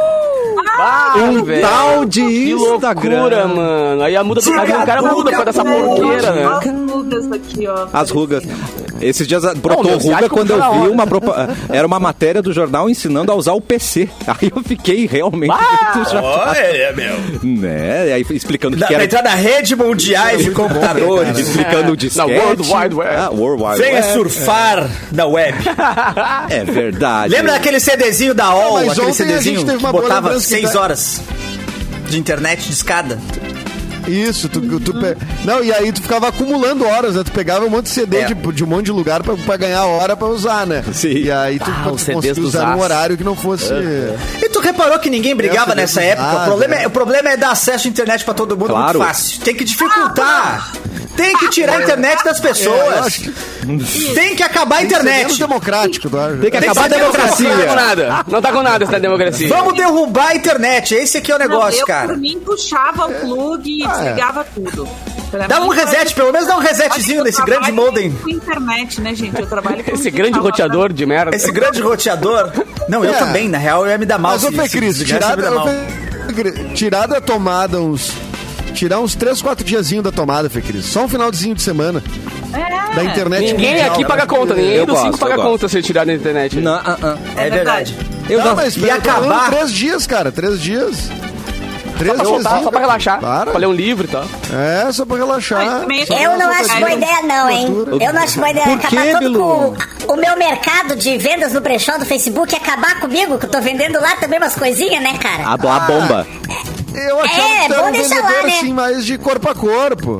[SPEAKER 7] Ah,
[SPEAKER 1] Um
[SPEAKER 7] velho.
[SPEAKER 1] tal de
[SPEAKER 7] Que loucura,
[SPEAKER 1] Instagram.
[SPEAKER 7] mano. Aí a muda do cara, o cara muda por causa dessa porqueira, né?
[SPEAKER 5] As rugas aqui, ó.
[SPEAKER 1] As rugas. Esses dias a- brotou
[SPEAKER 7] meu, você acha
[SPEAKER 1] ruga
[SPEAKER 7] que
[SPEAKER 1] quando
[SPEAKER 7] eu
[SPEAKER 1] eu
[SPEAKER 7] vou na
[SPEAKER 1] vi
[SPEAKER 7] hora?
[SPEAKER 1] uma propa- Era uma matéria do jornal ensinando a usar o PC. Aí eu fiquei realmente muito chateado. Né? E aí explicando o que,
[SPEAKER 4] Na,
[SPEAKER 1] que
[SPEAKER 4] na
[SPEAKER 1] era.
[SPEAKER 4] entrada rede mundiais de computadores.
[SPEAKER 1] Explicando o disquete.
[SPEAKER 7] World Wide Web.
[SPEAKER 1] Ah, World Wide
[SPEAKER 4] Venha
[SPEAKER 1] Web.
[SPEAKER 4] surfar na web.
[SPEAKER 1] É verdade.
[SPEAKER 4] Lembra daquele CDzinho da OL?
[SPEAKER 3] mas
[SPEAKER 4] aquele
[SPEAKER 3] ontem a gente
[SPEAKER 4] CDzinho
[SPEAKER 3] teve
[SPEAKER 4] que
[SPEAKER 3] uma boa
[SPEAKER 4] botava
[SPEAKER 3] lembrança que
[SPEAKER 4] 6
[SPEAKER 3] tá-
[SPEAKER 4] horas de internet de escada.
[SPEAKER 3] Isso, tu, tu pe- Não, e aí tu ficava acumulando horas, né? Tu pegava um monte de CD
[SPEAKER 4] É.
[SPEAKER 3] de, de um monte de lugar pra, pra ganhar hora pra usar, né?
[SPEAKER 1] Sim.
[SPEAKER 3] E aí tu
[SPEAKER 7] Ah, os
[SPEAKER 3] conseguia
[SPEAKER 7] CDs dos
[SPEAKER 3] usar num
[SPEAKER 7] As.
[SPEAKER 3] horário que não fosse.
[SPEAKER 4] E tu reparou que ninguém brigava
[SPEAKER 3] Essa
[SPEAKER 4] nessa
[SPEAKER 3] desse-
[SPEAKER 4] época?
[SPEAKER 3] Ah,
[SPEAKER 4] o, problema
[SPEAKER 3] né?
[SPEAKER 4] é, o problema é dar acesso à internet pra todo mundo é
[SPEAKER 1] Claro.
[SPEAKER 4] muito fácil. Tem que dificultar. Tem que tirar a internet das
[SPEAKER 3] É, eu
[SPEAKER 4] pessoas.
[SPEAKER 3] acho que é
[SPEAKER 4] Tem que acabar a
[SPEAKER 3] menos
[SPEAKER 4] internet.
[SPEAKER 3] democrático, tu acha?
[SPEAKER 1] Tem que
[SPEAKER 4] Tem
[SPEAKER 1] acabar a
[SPEAKER 4] que ser
[SPEAKER 7] Não tá com
[SPEAKER 1] democracia.
[SPEAKER 7] nada. Não tá com nada essa democracia.
[SPEAKER 4] Vamos derrubar a internet. Esse aqui é o
[SPEAKER 5] Não,
[SPEAKER 4] negócio,
[SPEAKER 5] eu,
[SPEAKER 4] cara.
[SPEAKER 5] Por mim, puxava o plug e
[SPEAKER 3] Ah, é.
[SPEAKER 5] desligava tudo. Pra
[SPEAKER 4] Dá
[SPEAKER 5] mim,
[SPEAKER 4] um reset, pelo menos dá um
[SPEAKER 5] Olha, eu
[SPEAKER 4] resetzinho nesse grande
[SPEAKER 5] trabalho
[SPEAKER 4] modem.
[SPEAKER 5] Com internet, né, gente? Eu trabalho com
[SPEAKER 7] Esse grande roteador de merda.
[SPEAKER 4] Esse grande roteador. Não, eu
[SPEAKER 3] É.
[SPEAKER 4] também, na real, eu ia me dar mal.
[SPEAKER 3] Mas, ô
[SPEAKER 4] se-
[SPEAKER 3] Fê
[SPEAKER 4] se
[SPEAKER 3] Cris,
[SPEAKER 4] desligasse, eu ia me
[SPEAKER 3] tirada,
[SPEAKER 4] dar mal.
[SPEAKER 3] ô, Fê Cris, tirada a tomada uns. Tirar uns 3, 4 diazinhos da tomada, Fê Cris. Só um finalzinho de semana.
[SPEAKER 5] É.
[SPEAKER 3] Da internet
[SPEAKER 7] Ninguém
[SPEAKER 3] mundial,
[SPEAKER 7] aqui
[SPEAKER 3] né?
[SPEAKER 7] paga conta, ninguém
[SPEAKER 1] Eu
[SPEAKER 7] dos cinco
[SPEAKER 1] gosto, eu
[SPEAKER 7] paga
[SPEAKER 1] gosto.
[SPEAKER 7] conta se tirar da internet.
[SPEAKER 1] Não, ah, ah.
[SPEAKER 4] É
[SPEAKER 5] É
[SPEAKER 4] verdade.
[SPEAKER 5] verdade.
[SPEAKER 1] Eu
[SPEAKER 3] não,
[SPEAKER 1] não.
[SPEAKER 3] Tá, mas um,
[SPEAKER 4] E acabar-
[SPEAKER 3] Três dias, cara. Três dias. Três
[SPEAKER 7] Só pra soltar,
[SPEAKER 3] diazinhos,
[SPEAKER 7] só pra
[SPEAKER 3] cara.
[SPEAKER 7] relaxar.
[SPEAKER 3] Para.
[SPEAKER 7] Pra ler um livro e tal.
[SPEAKER 3] É, só pra
[SPEAKER 5] Mas
[SPEAKER 3] relaxar.
[SPEAKER 5] também-
[SPEAKER 3] Só pra
[SPEAKER 6] Eu não
[SPEAKER 3] dar uma
[SPEAKER 6] acho boa
[SPEAKER 3] saidinha.
[SPEAKER 6] ideia, não, hein? Eu não acho boa ideia.
[SPEAKER 1] Por quê,
[SPEAKER 6] acabar
[SPEAKER 1] Bilu?
[SPEAKER 6] todo com o meu mercado de vendas no brechó do Facebook acabar comigo, que eu tô vendendo lá também umas coisinhas, né, cara?
[SPEAKER 1] A, a bomba.
[SPEAKER 3] Eu achava
[SPEAKER 6] É,
[SPEAKER 3] que tu era
[SPEAKER 6] bom
[SPEAKER 3] um
[SPEAKER 6] deixar
[SPEAKER 3] vendedor,
[SPEAKER 6] lá, né?
[SPEAKER 3] assim, mais de corpo a corpo.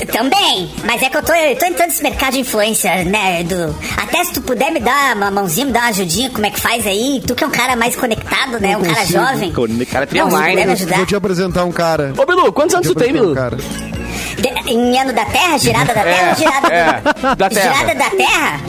[SPEAKER 6] Então, Também, mas é que eu tô, eu tô entrando nesse mercado de influencer, né, Edu? Até se tu puder me dar uma mãozinha, me dar uma ajudinha, como é que faz aí? Tu que é um cara mais conectado, né? Um cara um-
[SPEAKER 3] consigo.
[SPEAKER 6] jovem.
[SPEAKER 1] Cara,
[SPEAKER 6] Não, se tu
[SPEAKER 7] online,
[SPEAKER 6] puder me
[SPEAKER 7] né?
[SPEAKER 6] ajudar.
[SPEAKER 3] Vou te apresentar um cara.
[SPEAKER 7] Ô, Bilu, quantos anos
[SPEAKER 3] Vou
[SPEAKER 7] tu
[SPEAKER 3] te
[SPEAKER 7] tem,
[SPEAKER 3] apresentar um
[SPEAKER 7] Bilu?
[SPEAKER 3] cara.
[SPEAKER 6] De- em ano da terra? Girada da terra?
[SPEAKER 7] É,
[SPEAKER 6] girada,
[SPEAKER 7] é, da Terra.
[SPEAKER 6] girada da terra?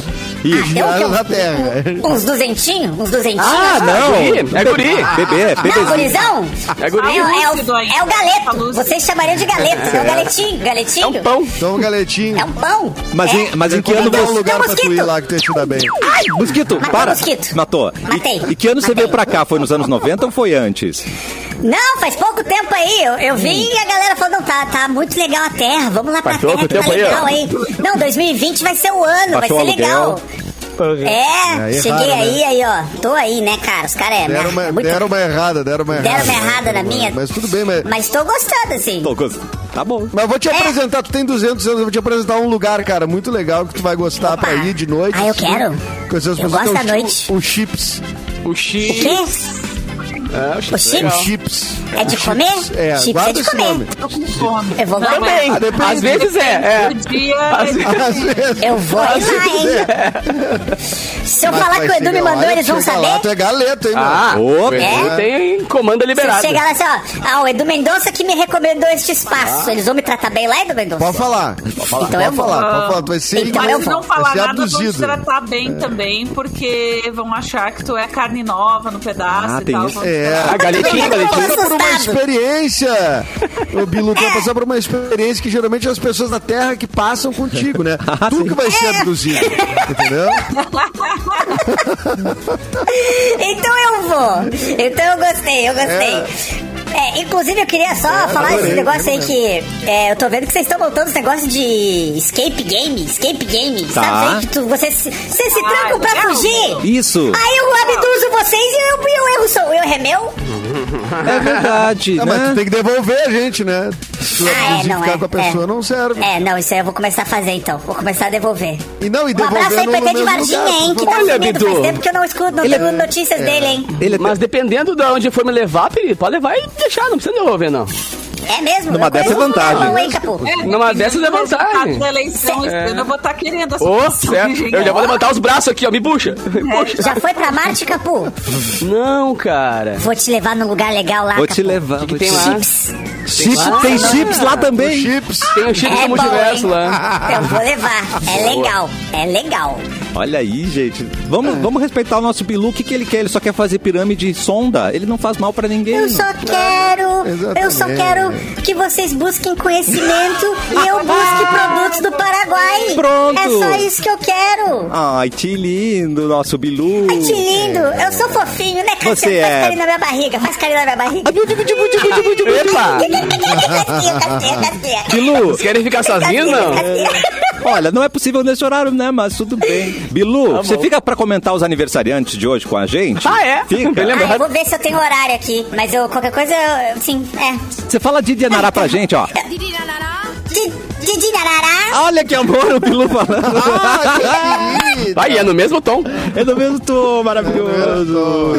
[SPEAKER 3] Ih,
[SPEAKER 6] Ah, deu o quê?
[SPEAKER 3] girada da terra.
[SPEAKER 6] um, Uns duzentinhos? Uns duzentinhos?
[SPEAKER 1] Ah, não.
[SPEAKER 7] É guri, é guri.
[SPEAKER 1] Bebê,
[SPEAKER 6] Não,
[SPEAKER 1] bebezinho.
[SPEAKER 6] gurizão?
[SPEAKER 7] É guri.
[SPEAKER 6] É, o- é
[SPEAKER 5] Lúcido
[SPEAKER 6] o,
[SPEAKER 5] ainda.
[SPEAKER 6] é o
[SPEAKER 5] Tá
[SPEAKER 6] galeto.
[SPEAKER 5] lúcido.
[SPEAKER 6] Vocês chamariam de galeto, é o galetinho. Galetinho?
[SPEAKER 7] É um pão.
[SPEAKER 3] Então, galetinho.
[SPEAKER 6] É um pão.
[SPEAKER 1] Mas,
[SPEAKER 6] É.
[SPEAKER 1] em, mas em que ano
[SPEAKER 3] Dá um
[SPEAKER 1] você...
[SPEAKER 3] lugar
[SPEAKER 6] Não,
[SPEAKER 3] pra tu ir
[SPEAKER 6] mosquito.
[SPEAKER 3] lá que tu ia te dar bem.
[SPEAKER 1] Ai, mosquito,
[SPEAKER 6] Matou
[SPEAKER 1] para.
[SPEAKER 6] o mosquito.
[SPEAKER 1] Matou.
[SPEAKER 6] Matei.
[SPEAKER 1] E, e que ano você
[SPEAKER 6] Matei.
[SPEAKER 1] veio pra cá? Foi nos anos 90 ou foi antes?
[SPEAKER 6] Não, faz pouco tempo aí. Eu,
[SPEAKER 7] Hum.
[SPEAKER 6] eu vi e a galera falou, não, tá, tá muito legal a terra. Vamos lá
[SPEAKER 7] Faz
[SPEAKER 6] pra terra,
[SPEAKER 7] pouco
[SPEAKER 6] que tá
[SPEAKER 7] tempo aí,
[SPEAKER 6] legal
[SPEAKER 7] ó.
[SPEAKER 6] aí. Não, 2020 vai ser o ano, vai ser
[SPEAKER 1] Baixou o
[SPEAKER 6] legal. É,
[SPEAKER 3] Aí é
[SPEAKER 6] cheguei
[SPEAKER 3] raro,
[SPEAKER 6] aí, aí, ó. Tô aí, né, cara? Os caras é,
[SPEAKER 3] Deram uma,
[SPEAKER 6] muito-
[SPEAKER 3] deram uma errada, deram uma errada.
[SPEAKER 6] deram uma errada na minha.
[SPEAKER 3] Mas tudo bem, mas...
[SPEAKER 6] Mas tô gostando, assim.
[SPEAKER 1] Tô gostando. Tá bom.
[SPEAKER 3] Mas eu vou te
[SPEAKER 6] É.
[SPEAKER 3] apresentar, tu tem 200 anos, eu vou te apresentar um lugar, cara, muito legal que tu vai gostar pra ir de noite.
[SPEAKER 6] Ah, eu quero.
[SPEAKER 3] Com essas
[SPEAKER 6] Eu
[SPEAKER 3] pessoas que
[SPEAKER 6] gosto
[SPEAKER 3] é
[SPEAKER 6] da
[SPEAKER 3] o chi-
[SPEAKER 6] noite.
[SPEAKER 3] O chips.
[SPEAKER 7] O
[SPEAKER 6] O
[SPEAKER 7] X.
[SPEAKER 6] quê?
[SPEAKER 7] É, o
[SPEAKER 6] O
[SPEAKER 7] X.
[SPEAKER 6] chips?
[SPEAKER 3] Chips.
[SPEAKER 6] É de comer?
[SPEAKER 3] É,
[SPEAKER 6] Chips é
[SPEAKER 3] guarda
[SPEAKER 6] de
[SPEAKER 3] esse nome.
[SPEAKER 6] comer.
[SPEAKER 5] Tô com fome.
[SPEAKER 6] Eu vou lá,
[SPEAKER 7] Também.
[SPEAKER 3] Ah, depende.
[SPEAKER 7] Às vezes é. é.
[SPEAKER 5] O dia
[SPEAKER 7] Às vezes-
[SPEAKER 3] Às vezes.
[SPEAKER 6] eu vou ir lá, hein? Se eu
[SPEAKER 3] Mas
[SPEAKER 6] falar
[SPEAKER 3] vai
[SPEAKER 6] que o Edu
[SPEAKER 3] chegar
[SPEAKER 6] me
[SPEAKER 3] lá,
[SPEAKER 6] mandou, eles vão
[SPEAKER 3] chega Lá,
[SPEAKER 6] saber?
[SPEAKER 3] tu é galeta, hein,
[SPEAKER 7] Ah,
[SPEAKER 3] meu? É.
[SPEAKER 1] Opa.
[SPEAKER 7] eu tenho comanda
[SPEAKER 6] Se eu
[SPEAKER 7] liberada.
[SPEAKER 6] chegar lá assim, ó, ah, o Edu Mendonça que me recomendou este espaço. Eles vão me tratar bem lá, Edu Mendonça?
[SPEAKER 3] Ah. Pode falar.
[SPEAKER 6] Então eu
[SPEAKER 3] pode
[SPEAKER 6] vou.
[SPEAKER 3] falar, pode falar. Tu vai ser
[SPEAKER 6] Então
[SPEAKER 5] Mas
[SPEAKER 6] eu
[SPEAKER 5] se
[SPEAKER 6] vou.
[SPEAKER 5] não
[SPEAKER 3] vai
[SPEAKER 5] falar
[SPEAKER 3] ser
[SPEAKER 5] nada, vão te
[SPEAKER 3] abduzido.
[SPEAKER 5] tratar bem também, porque vão achar que tu é carne nova no pedaço
[SPEAKER 1] Ah,
[SPEAKER 5] e
[SPEAKER 1] tem
[SPEAKER 5] tal.
[SPEAKER 1] isso.
[SPEAKER 5] vão
[SPEAKER 3] É.
[SPEAKER 5] te
[SPEAKER 7] A galetinha, a galetinha.
[SPEAKER 3] Passa por uma
[SPEAKER 6] Assustado.
[SPEAKER 3] experiência. O Bilu tu vai passar por uma experiência que geralmente as pessoas da Terra que passam contigo, né?
[SPEAKER 7] Ah,
[SPEAKER 3] tu que vai
[SPEAKER 6] É.
[SPEAKER 3] ser abduzido. Entendeu?
[SPEAKER 6] Então eu vou. Então eu gostei, eu gostei. É, inclusive, eu queria só falar
[SPEAKER 3] adorei,
[SPEAKER 6] esse negócio aí
[SPEAKER 3] viu,
[SPEAKER 6] que é, eu tô vendo que vocês estão montando esse negócio de escape game. Escape game.
[SPEAKER 1] Tá.
[SPEAKER 6] Sabe isso aí que tu, vocês, se- vocês se
[SPEAKER 5] Ah,
[SPEAKER 6] trancam pra
[SPEAKER 5] legal.
[SPEAKER 6] fugir?
[SPEAKER 1] Isso.
[SPEAKER 6] Aí eu abduzo vocês e eu, eu erro sou eu, é meu?
[SPEAKER 1] É verdade,
[SPEAKER 3] Não, mas tu
[SPEAKER 1] né?
[SPEAKER 3] tem que devolver a gente, né? Se tu
[SPEAKER 6] Ah, é,
[SPEAKER 3] abduzir e
[SPEAKER 6] não
[SPEAKER 3] ficar
[SPEAKER 6] é,
[SPEAKER 3] com a pessoa,
[SPEAKER 6] é.
[SPEAKER 3] não serve.
[SPEAKER 6] É, não, isso aí eu vou começar a fazer então. Vou começar a devolver.
[SPEAKER 3] E não, e
[SPEAKER 6] Um abraço
[SPEAKER 3] devolver
[SPEAKER 6] aí
[SPEAKER 3] no,
[SPEAKER 6] pra
[SPEAKER 3] no
[SPEAKER 6] ET de
[SPEAKER 3] mesmo
[SPEAKER 6] Varginha,
[SPEAKER 3] lugar,
[SPEAKER 6] hein?
[SPEAKER 3] por
[SPEAKER 6] Que
[SPEAKER 3] favor.
[SPEAKER 6] tá
[SPEAKER 7] Olha,
[SPEAKER 6] sumido, faz
[SPEAKER 7] Bidu.
[SPEAKER 6] tempo que eu não escuto, não
[SPEAKER 1] Ele- é-
[SPEAKER 6] tenho notícias dele, hein?
[SPEAKER 1] Ele
[SPEAKER 7] Mas dependendo de onde for me levar, Felipe, pode levar e deixar, não precisa devolver, não.
[SPEAKER 6] É mesmo?
[SPEAKER 1] Numa
[SPEAKER 6] Eu
[SPEAKER 1] dessa
[SPEAKER 6] conheço
[SPEAKER 1] é vantagem.
[SPEAKER 6] um bom, hein, Capu?
[SPEAKER 7] Numa dessas é
[SPEAKER 5] do resultado
[SPEAKER 7] vantagem.
[SPEAKER 5] Da eleição, esse ano eu vou estar querendo essa
[SPEAKER 7] Ô,
[SPEAKER 5] pessoa,
[SPEAKER 7] certo.
[SPEAKER 5] gente.
[SPEAKER 7] Eu já vou levantar os braços aqui, ó. Me puxa.
[SPEAKER 6] Já foi pra Marte, Capu?
[SPEAKER 7] Não, cara.
[SPEAKER 6] Vou te levar num lugar legal lá,
[SPEAKER 1] Vou
[SPEAKER 6] Capu.
[SPEAKER 1] te levar.
[SPEAKER 7] O que,
[SPEAKER 1] vou
[SPEAKER 7] que tem
[SPEAKER 1] te-
[SPEAKER 7] lá?
[SPEAKER 1] Chips, tem chips lá também.
[SPEAKER 3] Chips.
[SPEAKER 7] Tem o chip
[SPEAKER 6] É
[SPEAKER 7] do
[SPEAKER 6] bom,
[SPEAKER 7] multiverso
[SPEAKER 6] hein?
[SPEAKER 7] lá.
[SPEAKER 6] Eu vou levar. É legal. É legal.
[SPEAKER 1] Olha aí, gente. Vamos, vamos respeitar o nosso Bilu. O que, que ele quer? Ele só quer fazer pirâmide e sonda. Ele não faz mal pra ninguém.
[SPEAKER 6] Eu só quero. Eu só
[SPEAKER 3] Exatamente.
[SPEAKER 6] quero que vocês busquem conhecimento e eu busque produtos do Paraguai.
[SPEAKER 1] Pronto.
[SPEAKER 6] É só isso que eu quero.
[SPEAKER 1] Ai, que lindo, nosso Bilu.
[SPEAKER 6] Ai, que lindo. Eu sou fofinho, né, cara?
[SPEAKER 1] Você
[SPEAKER 6] faz
[SPEAKER 1] é-
[SPEAKER 6] carinho na minha barriga. Faz carinho na minha barriga.
[SPEAKER 7] Epa!
[SPEAKER 1] Bilu,
[SPEAKER 7] Vocês querem ficar sozinhos, não?
[SPEAKER 1] olha, não é possível nesse horário, né? Mas tudo bem. Bilu, você fica pra comentar os aniversariantes de hoje com a gente?
[SPEAKER 7] Ah, é? Bem
[SPEAKER 1] Fica.
[SPEAKER 7] lembrado.
[SPEAKER 6] Ah, eu vou ver se eu tenho horário aqui. Mas eu, qualquer coisa, eu, sim, é.
[SPEAKER 1] Você fala Didi Anará pra gente, ó.
[SPEAKER 6] Di- Didi Darará.
[SPEAKER 1] Olha que amor o Bilu
[SPEAKER 3] Ah,
[SPEAKER 1] falando.
[SPEAKER 7] Vai, é no mesmo tom.
[SPEAKER 1] é do mesmo tom, maravilhoso.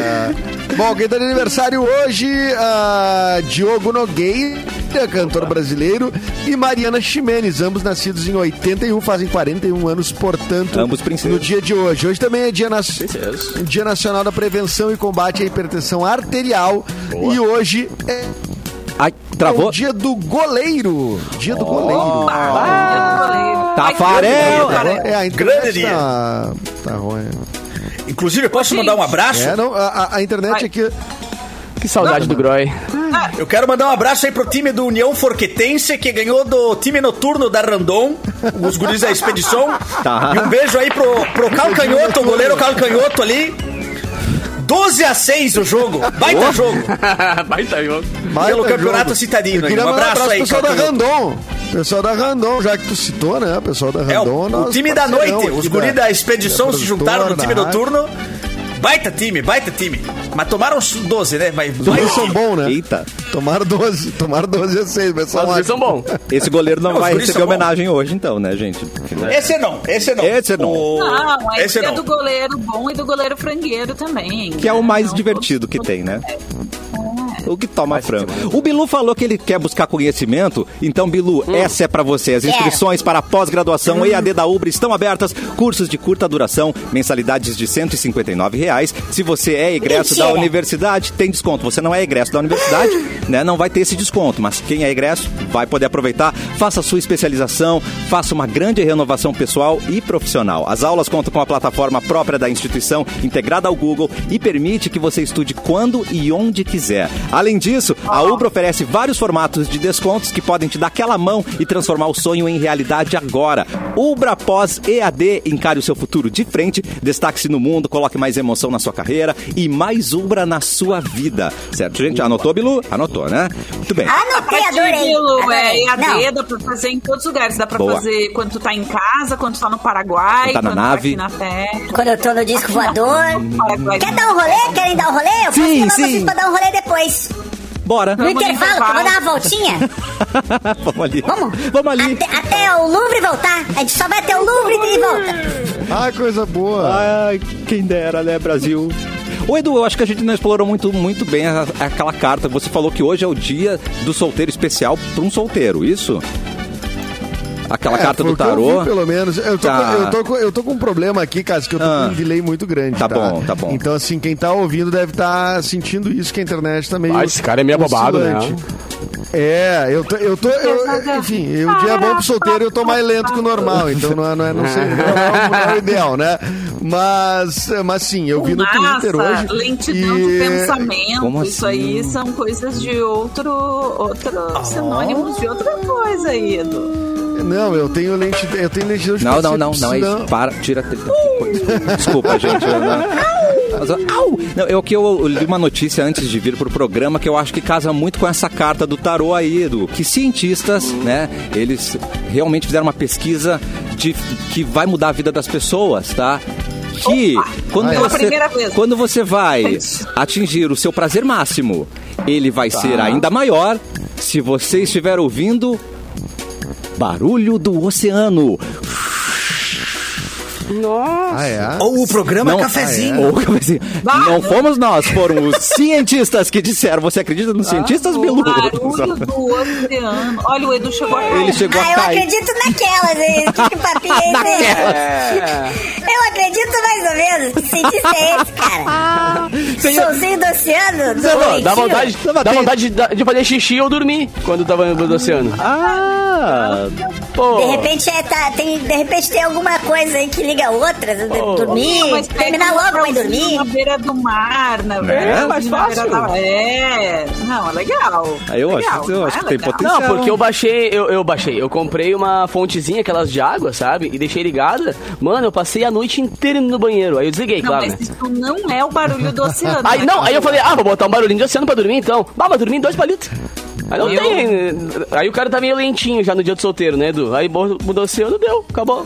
[SPEAKER 3] Bom, alguém tá de aniversário hoje, ah, Diogo Nogueira, cantor brasileiro, e Mariana Ximenes, ambos nascidos em 81, fazem 41 anos, portanto,
[SPEAKER 1] Ambos princesas.
[SPEAKER 3] no dia de hoje. Hoje também é dia, nas- um
[SPEAKER 7] Princesas.
[SPEAKER 3] dia Nacional da Prevenção e Combate à Hipertensão Arterial, e hoje é
[SPEAKER 1] Ai,
[SPEAKER 3] o
[SPEAKER 1] travou? Oh.
[SPEAKER 3] dia do goleiro. Dia do goleiro.
[SPEAKER 5] Ah,
[SPEAKER 1] Tafarel!
[SPEAKER 3] É, a
[SPEAKER 8] Grande
[SPEAKER 3] internet
[SPEAKER 8] dia.
[SPEAKER 3] tá, tá ruim.
[SPEAKER 8] Inclusive, eu posso mandar um abraço?
[SPEAKER 3] É, não, a- a, a internet é
[SPEAKER 5] Ai.
[SPEAKER 3] aqui...
[SPEAKER 7] Que saudade do Groy.
[SPEAKER 8] Eu quero mandar um abraço aí pro time do União Forquetense, que ganhou do time noturno da Randon, os guris da Expedição.
[SPEAKER 1] Tá.
[SPEAKER 8] E um beijo aí pro, pro Calcanhoto, o goleiro Calcanhoto ali. 12 a 6 o jogo. Baita jogo.
[SPEAKER 7] Baita jogo.
[SPEAKER 8] Pelo
[SPEAKER 3] Baita
[SPEAKER 8] campeonato
[SPEAKER 3] jogo.
[SPEAKER 8] citadino.
[SPEAKER 3] Eu
[SPEAKER 8] aí.
[SPEAKER 3] queria
[SPEAKER 8] Um
[SPEAKER 3] mandar um
[SPEAKER 8] abraço
[SPEAKER 3] abraço pro
[SPEAKER 8] aí,
[SPEAKER 3] pessoal da
[SPEAKER 8] Calcanhoto.
[SPEAKER 3] Randon. Pessoal da Randon, já que tu citou, né? Pessoal da
[SPEAKER 8] É,
[SPEAKER 3] Randon.
[SPEAKER 8] o, o
[SPEAKER 3] nosso
[SPEAKER 8] time da
[SPEAKER 3] parceirão
[SPEAKER 8] noite.
[SPEAKER 3] aqui
[SPEAKER 8] Os guris da Expedição se juntaram no
[SPEAKER 3] produtora,
[SPEAKER 8] time
[SPEAKER 3] da rádio.
[SPEAKER 8] noturno. Baita time, baita time. Mas tomaram os 12, né? Mas
[SPEAKER 3] Os guris
[SPEAKER 8] baita
[SPEAKER 3] são
[SPEAKER 8] time.
[SPEAKER 3] bons, né?
[SPEAKER 1] Eita,
[SPEAKER 3] Tomaram 12. Tomaram 12 a 6, mas são
[SPEAKER 7] Os guris são
[SPEAKER 3] ótimos.
[SPEAKER 7] bons.
[SPEAKER 1] esse goleiro não
[SPEAKER 8] Não, os
[SPEAKER 1] vai
[SPEAKER 8] guris
[SPEAKER 1] receber
[SPEAKER 8] são bons.
[SPEAKER 1] homenagem hoje, então, né, gente?
[SPEAKER 8] Esse não, esse não.
[SPEAKER 1] Esse não.
[SPEAKER 8] O-
[SPEAKER 5] Não, aí
[SPEAKER 8] esse
[SPEAKER 5] é
[SPEAKER 8] não.
[SPEAKER 5] do goleiro bom e do goleiro frangueiro também.
[SPEAKER 1] Que é o
[SPEAKER 5] né?
[SPEAKER 1] mais
[SPEAKER 5] Não,
[SPEAKER 1] divertido que
[SPEAKER 5] todos-
[SPEAKER 1] tem, né? O que toma frango. O Bilu falou que ele quer buscar conhecimento. Então, Bilu, essa é pra você. As inscrições para a pós-graduação EAD da Ubra estão abertas. Cursos de curta duração, mensalidades de R$ 159 reais. Se você é egresso da
[SPEAKER 6] Mentira.
[SPEAKER 1] universidade, tem desconto. Você não é egresso da universidade, né? Não vai ter esse desconto. Mas quem é egresso vai poder aproveitar. Faça a sua especialização, faça uma grande renovação pessoal e profissional. As aulas contam com a plataforma própria da instituição, integrada ao Google, e permite que você estude quando e onde quiser. Além disso, a Ubra oferece vários formatos de descontos que podem te dar aquela mão e transformar o sonho em realidade agora. Ubra Pós EAD, encare o seu futuro de frente, destaque-se no mundo, coloque mais emoção na sua carreira e mais Ubra na sua vida. Certo, gente? Anotou, Bilu? Anotou, né? Muito bem.
[SPEAKER 6] Anotei, Ah, adorei.
[SPEAKER 5] Tranquilo, é
[SPEAKER 6] adorei.
[SPEAKER 5] EAD,
[SPEAKER 6] Não,
[SPEAKER 5] dá pra fazer em todos os lugares. Dá pra
[SPEAKER 1] Boa.
[SPEAKER 5] fazer quando tu tá em casa, quando tu tá no
[SPEAKER 1] Quando
[SPEAKER 5] Paraguai,
[SPEAKER 1] tá na
[SPEAKER 5] quando
[SPEAKER 1] nave.
[SPEAKER 5] tá aqui na terra.
[SPEAKER 6] quando eu tô no disco voador.
[SPEAKER 5] Paraguai.
[SPEAKER 6] Quer dar um rolê? Querem dar um rolê? Eu posso
[SPEAKER 1] Sim,
[SPEAKER 6] levar
[SPEAKER 1] sim.
[SPEAKER 6] vocês pra dar um rolê depois.
[SPEAKER 1] Bora.
[SPEAKER 6] No
[SPEAKER 5] Vamos no
[SPEAKER 6] intervalo, que eu vou dar uma voltinha.
[SPEAKER 1] Vamos ali.
[SPEAKER 6] Vamos.
[SPEAKER 1] Vamos ali.
[SPEAKER 6] Até, até o Louvre voltar. A gente só vai até o Louvre e volta.
[SPEAKER 3] Ah, coisa boa.
[SPEAKER 1] Ai, quem dera, né, Brasil? Ô Edu, eu acho que a gente não explorou muito, muito bem a- aquela carta. Você falou que hoje é o dia do solteiro especial para um solteiro, isso? Aquela
[SPEAKER 3] É,
[SPEAKER 1] carta
[SPEAKER 3] foi
[SPEAKER 1] do
[SPEAKER 3] o que eu
[SPEAKER 1] tarô.
[SPEAKER 3] vi, pelo menos. Eu tô,
[SPEAKER 1] Tá.
[SPEAKER 3] com, eu, tô com, eu tô com um problema aqui, Cássio, que eu tô
[SPEAKER 1] Ah.
[SPEAKER 3] com um delay muito grande.
[SPEAKER 1] Tá bom, tá bom.
[SPEAKER 3] Então, assim, quem tá ouvindo deve estar sentindo isso, que a internet tá meio.
[SPEAKER 7] Ah, esse cara é meio abobado, né?
[SPEAKER 3] oscilante. É, eu tô. Eu tô eu,
[SPEAKER 5] um
[SPEAKER 3] enfim, eu, o dia é bom pro solteiro eu tô mais lento que o normal, então não, é- não, é, não, sei, não, é, o- não é o ideal, né? Mas, mas sim, eu vi no Twitter
[SPEAKER 5] Massa,
[SPEAKER 3] hoje.
[SPEAKER 5] lentidão
[SPEAKER 3] e-
[SPEAKER 5] de pensamento,
[SPEAKER 1] Como
[SPEAKER 5] isso
[SPEAKER 1] assim?
[SPEAKER 5] aí são coisas de outro,
[SPEAKER 1] Ah.
[SPEAKER 5] outro sinônimos de outra coisa aí, Edu.
[SPEAKER 3] Não, eu tenho lentidão, eu tenho lentidão de
[SPEAKER 1] Não, não,
[SPEAKER 3] pensamento,
[SPEAKER 1] não, não é
[SPEAKER 3] senão-
[SPEAKER 1] isso. Para, tira. tira- que coisa. Desculpa, gente. Eu, não- Mas, au! Não, eu que eu li uma notícia antes de vir pro programa que eu acho que casa muito com essa carta do tarô aí, Edu. Que cientistas, né, eles realmente fizeram uma pesquisa de, que vai mudar a vida das pessoas, tá? Que quando
[SPEAKER 5] Pela
[SPEAKER 1] você,
[SPEAKER 5] primeira vez. É
[SPEAKER 1] quando você vai
[SPEAKER 5] Gente.
[SPEAKER 1] atingir o seu prazer máximo, ele vai ser ainda maior se você estiver ouvindo barulho do oceano.
[SPEAKER 3] Ah, é?
[SPEAKER 8] Ou o programa Cafezinho.
[SPEAKER 1] Ou como assim, não fomos nós, foram os cientistas que disseram. Você acredita nos cientistas, Bilu?
[SPEAKER 5] O barulho do oceano. Olha, o Edu chegou a
[SPEAKER 1] Ele chegou
[SPEAKER 6] Ah,
[SPEAKER 1] a
[SPEAKER 6] eu
[SPEAKER 1] cair.
[SPEAKER 6] acredito naquelas, hein? Que, que papinho é esse? Eu acredito mais ou menos. Que cientista é esse, cara? Solzinho do oceano?
[SPEAKER 7] Não,
[SPEAKER 6] Do
[SPEAKER 7] dá
[SPEAKER 6] leitinho.
[SPEAKER 7] vontade, dá vontade de, de fazer xixi ou dormir quando tava no oceano.
[SPEAKER 1] Ah,
[SPEAKER 7] Pô,
[SPEAKER 6] De repente, é, tá, tem, de repente tem alguma coisa aí que liga outras. né? de- dormir,
[SPEAKER 5] Mas pega
[SPEAKER 6] terminar
[SPEAKER 5] um
[SPEAKER 6] logo, vai
[SPEAKER 5] hotelzinho
[SPEAKER 6] dormir.
[SPEAKER 5] Na beira do mar, na verdade.
[SPEAKER 1] Né? É mais
[SPEAKER 5] na beira
[SPEAKER 1] fácil.
[SPEAKER 5] da- É, não, é legal.
[SPEAKER 1] Aí eu
[SPEAKER 5] legal,
[SPEAKER 1] acho- eu acho
[SPEAKER 5] é
[SPEAKER 1] que tem
[SPEAKER 5] legal.
[SPEAKER 1] potencial.
[SPEAKER 7] Não, porque eu baixei, eu, eu baixei, eu comprei uma fontezinha, aquelas de água, sabe? E deixei ligada. Mano, eu passei a noite inteira no banheiro. Aí eu desliguei,
[SPEAKER 5] Não,
[SPEAKER 7] claro.
[SPEAKER 5] mas
[SPEAKER 7] né?
[SPEAKER 5] isso não é o barulho do oceano.
[SPEAKER 7] Aí
[SPEAKER 5] né?
[SPEAKER 7] não, aí eu falei, ah, vou botar um barulhinho de oceano pra dormir então. Ah, mas dormir em dois palitos. Aí não
[SPEAKER 5] Eu-
[SPEAKER 7] tem. Aí o cara tá meio lentinho já no dia do solteiro, né, Edu? Aí bo- mudou o oceano, deu, acabou.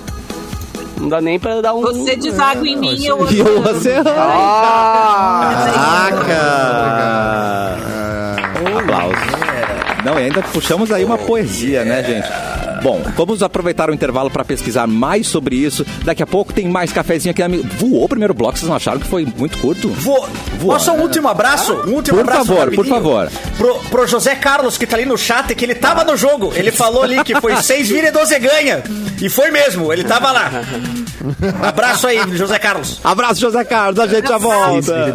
[SPEAKER 7] Não dá nem pra dar um.
[SPEAKER 5] Você deságua em mim, eu
[SPEAKER 1] e o
[SPEAKER 5] oceano.
[SPEAKER 1] oceano.
[SPEAKER 7] Ah!
[SPEAKER 1] Ah, Caraca! Aplausos. Não, e ainda puxamos aí uma poesia, né, gente? Bom, vamos aproveitar o intervalo para pesquisar mais sobre isso. Daqui a pouco tem mais cafezinho aqui na mi- Voou o primeiro bloco, vocês não acharam que foi muito curto?
[SPEAKER 8] Vou,
[SPEAKER 1] Voa,
[SPEAKER 8] posso um último abraço? Um último
[SPEAKER 1] Por
[SPEAKER 8] abraço
[SPEAKER 1] favor, por
[SPEAKER 8] rapidinho?
[SPEAKER 1] favor.
[SPEAKER 8] Pro, pro José Carlos, que tá ali no chat, que ele tava no jogo. Ele falou ali que foi 6 vira e 12 ganha. E foi mesmo, ele tava lá. Abraço aí, José Carlos.
[SPEAKER 1] Abraço, José Carlos, a gente já volta.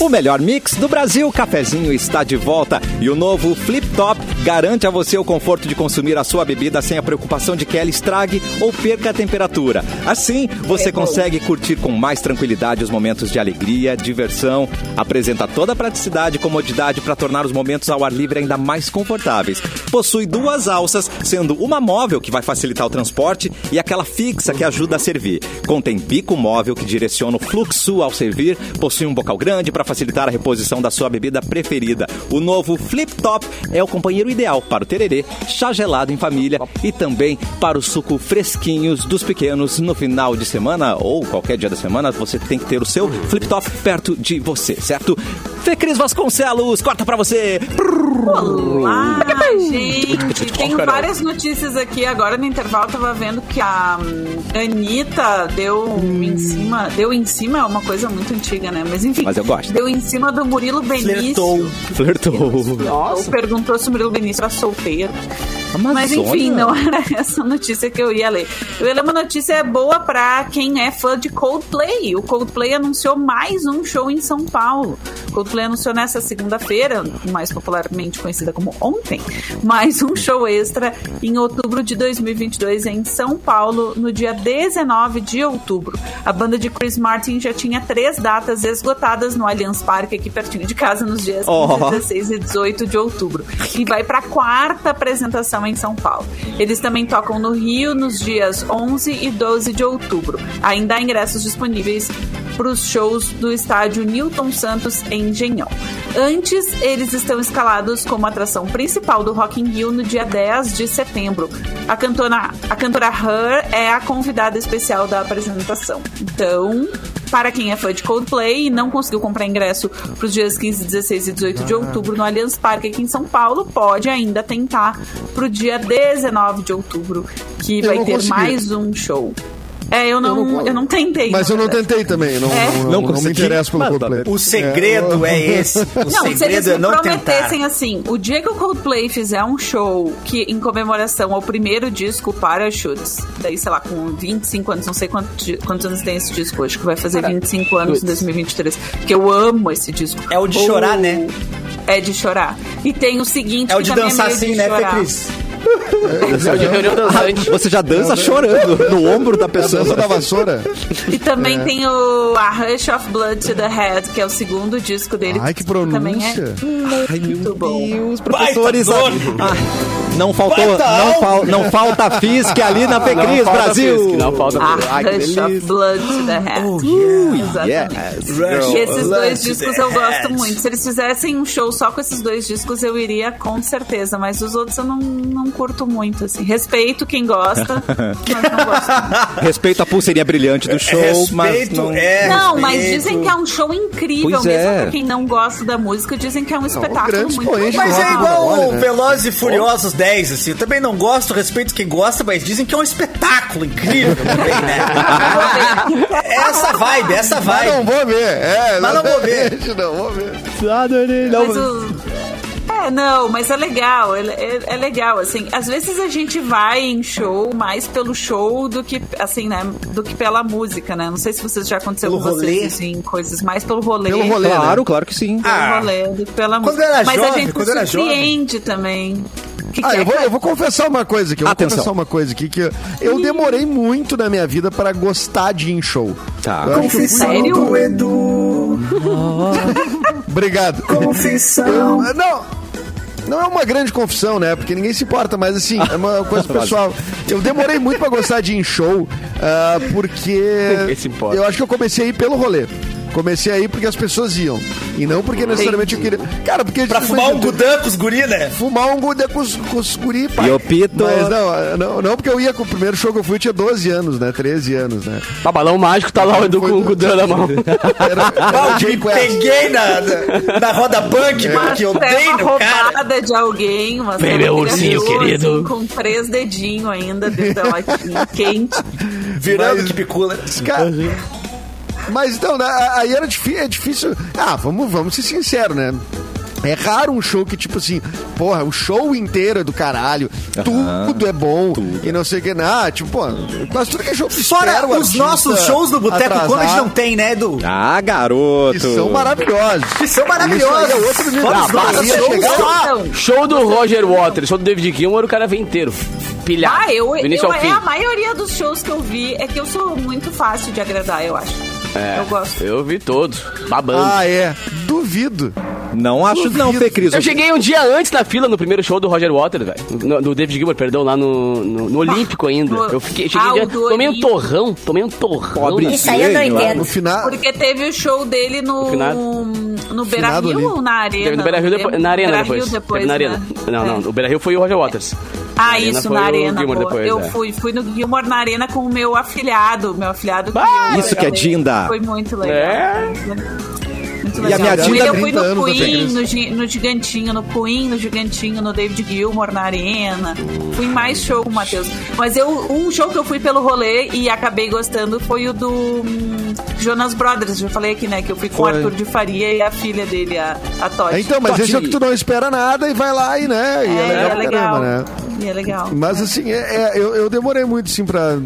[SPEAKER 1] O melhor mix do Brasil, o cafezinho está de volta e o novo Flip Top garante a você o conforto de consumir a sua bebida sem a preocupação de que ela estrague ou perca a temperatura. Assim, você consegue curtir com mais tranquilidade os momentos de alegria, diversão, apresenta toda a praticidade e comodidade para tornar os momentos ao ar livre ainda mais confortáveis. Possui duas alças, sendo uma móvel que vai facilitar o transporte e aquela fixa que ajuda a servir. Contém bico móvel que direciona o fluxo ao servir, possui um bocal grande para facilitar a reposição da sua bebida preferida. O novo Flip Top é o companheiro ideal para o tererê, chá gelado em família e também para o suco fresquinhos dos pequenos no final de semana ou qualquer dia da semana, você tem que ter o seu Flip Top perto de você, certo? Fê Cris Vasconcelos, corta para você!
[SPEAKER 5] Olá, gente! Tenho várias notícias aqui. Agora no intervalo tava vendo que a hum, Anitta deu em cima. Deu em cima é uma coisa muito antiga, né? Mas enfim.
[SPEAKER 1] Hum. Mas eu gosto.
[SPEAKER 5] Deu em cima do Murilo
[SPEAKER 8] Flertou.
[SPEAKER 5] Benício.
[SPEAKER 1] Flertou.
[SPEAKER 5] Nossa. Perguntou se o Murilo Benício era solteiro. Mas enfim, não era essa notícia que eu ia ler. Eu ia ler uma notícia boa pra quem é fã de Coldplay. O Coldplay anunciou mais um show em São Paulo. O Coldplay anunciou nessa segunda-feira, mais popularmente conhecida como ontem, mais um show extra em outubro de 2022 em São Paulo, no dia 19 de outubro. A banda de Chris Martin já tinha três datas esgotadas no Allianz Parque, aqui pertinho de casa, nos dias
[SPEAKER 1] Oh.
[SPEAKER 5] 15, 16 e 18 de outubro. E vai para a quarta apresentação em São Paulo. Eles também tocam no Rio nos dias 11 e 12 de outubro. Ainda há ingressos disponíveis para os shows do estádio Newton Santos em Engenhão. Antes, eles estão escalados como atração principal do Rock in Rio no dia 10 de setembro. A cantora, a cantora Her é a convidada especial da apresentação. Então, para quem é fã de Coldplay e não conseguiu comprar ingresso para os dias 15, 16 e 18
[SPEAKER 8] Ah.
[SPEAKER 5] de outubro no Allianz Parque aqui em São Paulo, pode ainda tentar para o dia 19 de outubro, que
[SPEAKER 3] Eu
[SPEAKER 5] vai
[SPEAKER 3] não
[SPEAKER 5] ter
[SPEAKER 3] consegui.
[SPEAKER 5] mais um show. É, eu não, eu não, tentei.
[SPEAKER 3] Mas
[SPEAKER 5] na
[SPEAKER 3] eu não
[SPEAKER 5] verdade.
[SPEAKER 3] tentei também, não,
[SPEAKER 5] É.
[SPEAKER 3] não, não,
[SPEAKER 1] Não
[SPEAKER 3] não me
[SPEAKER 1] consegui,
[SPEAKER 3] interesso pelo
[SPEAKER 1] mas tá
[SPEAKER 3] Coldplay.
[SPEAKER 1] bem.
[SPEAKER 8] O segredo é, esse. O
[SPEAKER 5] Não, se eles
[SPEAKER 8] segredo é
[SPEAKER 5] me
[SPEAKER 8] não tentar.
[SPEAKER 5] prometessem assim, o dia que o Coldplay fizer um show que em comemoração ao primeiro disco Parachutes, daí sei lá, com 25 anos, não sei quanto di- quantos anos tem esse disco hoje, que vai fazer 25 anos em 2023, que eu amo esse disco.
[SPEAKER 8] É o de chorar, né?
[SPEAKER 5] É de chorar. E tem o seguinte,
[SPEAKER 8] É o
[SPEAKER 5] que
[SPEAKER 8] de
[SPEAKER 5] também
[SPEAKER 8] dançar
[SPEAKER 5] meio de
[SPEAKER 8] assim, né, Fê
[SPEAKER 5] chorar.
[SPEAKER 8] Cris?
[SPEAKER 7] De reunião dançante.
[SPEAKER 1] Ah, Você já dança chorando no ombro da
[SPEAKER 3] A dança
[SPEAKER 1] pessoa.
[SPEAKER 3] da vassoura?
[SPEAKER 5] E também
[SPEAKER 8] É.
[SPEAKER 5] tem o A Rush of Blood to the Head, que é o segundo disco dele.
[SPEAKER 3] Ai, que
[SPEAKER 5] também é
[SPEAKER 3] pronúncia.
[SPEAKER 5] muito bom.
[SPEAKER 1] Os professores.
[SPEAKER 8] Baita
[SPEAKER 1] Ah, não faltou.
[SPEAKER 8] Baita
[SPEAKER 1] Não, fal, não falta FISC ali na Fecris,
[SPEAKER 7] falta
[SPEAKER 1] Brasil.
[SPEAKER 7] Fisk, não falta
[SPEAKER 5] A
[SPEAKER 7] Fisk.
[SPEAKER 1] Ai, que
[SPEAKER 5] Rush of
[SPEAKER 1] delícia.
[SPEAKER 5] Blood to the Head. Uh, Exatamente.
[SPEAKER 1] Yes.
[SPEAKER 8] Rush
[SPEAKER 5] E esses
[SPEAKER 8] Oh, Blood
[SPEAKER 5] dois
[SPEAKER 8] to
[SPEAKER 5] discos
[SPEAKER 8] the
[SPEAKER 5] eu gosto
[SPEAKER 8] Head.
[SPEAKER 5] muito. Se eles fizessem um show só com esses dois discos, eu iria com certeza. Mas os outros eu não, não curto muito, assim. Respeito quem gosta, mas não gosto.
[SPEAKER 1] Respeito à pulseirinha brilhante do show,
[SPEAKER 8] é Respeito,
[SPEAKER 1] mas não...
[SPEAKER 8] é,
[SPEAKER 5] Não, mas
[SPEAKER 8] respeito.
[SPEAKER 5] dizem que é um show incrível,
[SPEAKER 1] Pois
[SPEAKER 5] mesmo
[SPEAKER 1] é.
[SPEAKER 5] pra quem não gosta da música, dizem que é um espetáculo
[SPEAKER 3] grande
[SPEAKER 5] muito
[SPEAKER 3] expoente
[SPEAKER 5] legal.
[SPEAKER 8] Mas é
[SPEAKER 3] Rock
[SPEAKER 8] igual
[SPEAKER 3] Roll,
[SPEAKER 8] o
[SPEAKER 3] né?
[SPEAKER 8] Velozes e Furiosos 10, assim. Eu também não gosto, respeito quem gosta, mas dizem que é um espetáculo incrível também, né? É essa vibe, essa
[SPEAKER 3] Ah, não
[SPEAKER 8] vibe.
[SPEAKER 3] vou ver. É,
[SPEAKER 8] Mas não vou ver.
[SPEAKER 3] Não vou ver.
[SPEAKER 5] Mas o- É, não, mas é legal, é, é- é legal, assim, às vezes a gente vai em show mais pelo show do que, assim, né, do que pela música, né, não sei se vocês já aconteceu
[SPEAKER 8] Pelo
[SPEAKER 5] com
[SPEAKER 8] rolê.
[SPEAKER 5] vocês, assim, coisas mais pelo rolê.
[SPEAKER 3] Pelo rolê, né?
[SPEAKER 1] Claro, claro que sim.
[SPEAKER 5] pelo
[SPEAKER 8] Ah,
[SPEAKER 5] rolê do que pela
[SPEAKER 8] quando
[SPEAKER 5] música.
[SPEAKER 8] eu era
[SPEAKER 5] mas a
[SPEAKER 8] jovem,
[SPEAKER 5] gente
[SPEAKER 8] quando eu era
[SPEAKER 5] surpreende também. Que
[SPEAKER 3] Ah,
[SPEAKER 5] que é,
[SPEAKER 3] eu vou,
[SPEAKER 5] cara?
[SPEAKER 3] eu vou confessar uma coisa aqui. Eu
[SPEAKER 1] Atenção.
[SPEAKER 3] vou confessar uma coisa aqui que eu- eu demorei muito na minha vida pra gostar de ir em show.
[SPEAKER 1] Tá.
[SPEAKER 3] Eu acho que eu fui-
[SPEAKER 5] Sério?
[SPEAKER 3] Obrigado. Confissão. não. Não é uma grande confissão, né? Porque ninguém se importa, mas assim, é uma coisa pessoal. Eu demorei muito pra gostar de ir em show, ah, porque.
[SPEAKER 7] Ninguém se importa.
[SPEAKER 3] Eu acho que eu comecei a ir pelo rolê. Comecei a ir porque as pessoas iam. E não porque necessariamente eu queria. Cara, porque. tipo,
[SPEAKER 8] Pra fumar um gudan com os guri, né?
[SPEAKER 3] fumar um gude com os, com os guri, pai.
[SPEAKER 1] E o Pito?
[SPEAKER 3] Mas não, não, não, porque eu ia com o primeiro show que eu fui, eu tinha 12 anos, né? 13 anos, né?
[SPEAKER 7] Ah, balão mágico tá lá o Edu com o Gudan na mão.
[SPEAKER 3] Era, era
[SPEAKER 8] Ah,
[SPEAKER 3] o
[SPEAKER 8] me
[SPEAKER 3] Jay Quest.
[SPEAKER 8] peguei na, na, na roda
[SPEAKER 3] É.
[SPEAKER 8] punk,
[SPEAKER 5] Uma
[SPEAKER 8] porque eu dei
[SPEAKER 5] serva
[SPEAKER 8] no cara.
[SPEAKER 5] roubada de alguém, uma
[SPEAKER 7] Vem,
[SPEAKER 5] serva
[SPEAKER 7] meu
[SPEAKER 5] que
[SPEAKER 7] ursinho
[SPEAKER 5] ganhou,
[SPEAKER 7] querido.
[SPEAKER 5] assim, com três dedinhos ainda dentro da latinha, quente.
[SPEAKER 8] Virando
[SPEAKER 3] Mas-
[SPEAKER 8] que picula.
[SPEAKER 3] Cara, Mas então, né, aí era difí- é difícil. Ah, vamos, vamos ser sinceros, né? É raro um show que, tipo assim, porra, o show inteiro é do caralho, tudo é bom, e não sei o que, nada, tipo, pô, quase tudo que é show que
[SPEAKER 8] Fora
[SPEAKER 3] espera o
[SPEAKER 8] os
[SPEAKER 3] artista
[SPEAKER 8] nossos shows do Boteco
[SPEAKER 3] atrasar,
[SPEAKER 8] Comedy não tem, né, Edu?
[SPEAKER 1] Ah, garoto.
[SPEAKER 3] que são maravilhosos.
[SPEAKER 8] Que são maravilhosos.
[SPEAKER 3] Isso aí é outro nível.
[SPEAKER 8] Todos
[SPEAKER 3] Ah,
[SPEAKER 8] nós
[SPEAKER 3] Bahia
[SPEAKER 8] achamos
[SPEAKER 3] chegou
[SPEAKER 8] que
[SPEAKER 7] Tá.
[SPEAKER 3] lá.
[SPEAKER 5] Então,
[SPEAKER 7] Show do Roger Waters, show do David Gilmour, o cara vem inteiro. Pilhado.
[SPEAKER 5] Ah, eu,
[SPEAKER 7] do
[SPEAKER 5] eu,
[SPEAKER 7] início ao fim.
[SPEAKER 5] é a maioria dos shows que eu vi é que eu sou muito fácil de agradar, eu acho.
[SPEAKER 7] É.
[SPEAKER 5] Eu gosto.
[SPEAKER 7] Eu vi todos, babando.
[SPEAKER 3] Ah, é. Duvido.
[SPEAKER 1] Não acho não, Fê Cris.
[SPEAKER 7] Eu cheguei um dia antes na fila no primeiro show do Roger Waters, velho. No- Do David Gilmour, perdão, lá no, no, no Olímpico ainda.
[SPEAKER 5] No-
[SPEAKER 7] Eu fiquei, cheguei
[SPEAKER 5] Ah,
[SPEAKER 7] um dia,
[SPEAKER 5] o do
[SPEAKER 7] tomei um
[SPEAKER 5] Olímpico.
[SPEAKER 7] torrão, tomei um torrão.
[SPEAKER 1] Pobre
[SPEAKER 7] né?
[SPEAKER 6] Isso aí eu não
[SPEAKER 1] Sim, lá
[SPEAKER 6] entendo.
[SPEAKER 3] No final.
[SPEAKER 5] Porque teve o show dele no,
[SPEAKER 7] finado.
[SPEAKER 5] no Beira
[SPEAKER 3] ali.
[SPEAKER 5] Rio ou na
[SPEAKER 7] Teve
[SPEAKER 5] Arena?
[SPEAKER 7] no Beira Rio
[SPEAKER 5] Não
[SPEAKER 7] depois,
[SPEAKER 5] lembro.
[SPEAKER 7] na Arena
[SPEAKER 5] Beira-Rio
[SPEAKER 7] depois.
[SPEAKER 5] né? depois,
[SPEAKER 7] Teve na Arena.
[SPEAKER 5] né?
[SPEAKER 7] Não,
[SPEAKER 5] É.
[SPEAKER 7] não, o Beira Rio foi o Roger Waters.
[SPEAKER 5] Ah,
[SPEAKER 7] Na Arena
[SPEAKER 5] isso,
[SPEAKER 7] foi
[SPEAKER 5] na
[SPEAKER 7] o
[SPEAKER 5] Arena.
[SPEAKER 7] Gilmour
[SPEAKER 5] boa.
[SPEAKER 7] depois,
[SPEAKER 5] eu
[SPEAKER 7] é.
[SPEAKER 5] fui, fui no Gilmore na Arena com o meu afilhado. Meu afilhado
[SPEAKER 7] Bah,
[SPEAKER 1] isso que é dinda.
[SPEAKER 5] Foi muito legal.
[SPEAKER 7] É.
[SPEAKER 5] Muito
[SPEAKER 1] E a minha
[SPEAKER 5] legal. Com
[SPEAKER 1] dinda
[SPEAKER 5] ele eu fui
[SPEAKER 3] 30
[SPEAKER 5] no
[SPEAKER 3] anos, eu
[SPEAKER 5] Queen,
[SPEAKER 3] sei
[SPEAKER 5] no, Gi- no Gigantinho, no Queen, no Gigantinho, no David Gilmore na Arena. Fui em mais show com o Matheus. Mas eu, um show que eu fui pelo rolê e acabei gostando foi o do hum, Jonas Brothers. Já falei aqui, né? Que eu fui com o
[SPEAKER 3] Foi.
[SPEAKER 5] Arthur de Faria e a filha dele, a, a Totti.
[SPEAKER 3] Então, mas esse é o que tu não espera nada e vai lá e, né? E é, legal pra caramba, né?
[SPEAKER 5] E é legal.
[SPEAKER 3] Mas assim, é- é, eu, eu demorei muito, assim, pra.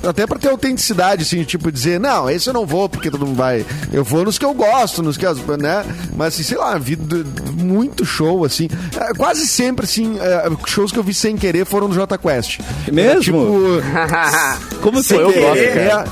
[SPEAKER 3] Até pra ter autenticidade, assim, tipo, dizer, não, esse eu não vou, porque todo mundo vai. Eu vou nos que eu gosto, nos que eu, né? Mas, assim, sei lá, vi do- muito show, assim. É, Quase sempre, assim, é, shows que eu vi sem querer foram do Jota Quest.
[SPEAKER 1] Mesmo?
[SPEAKER 3] Tipo,
[SPEAKER 1] Como você
[SPEAKER 7] Pô, eu gosto,
[SPEAKER 1] quer?
[SPEAKER 3] é,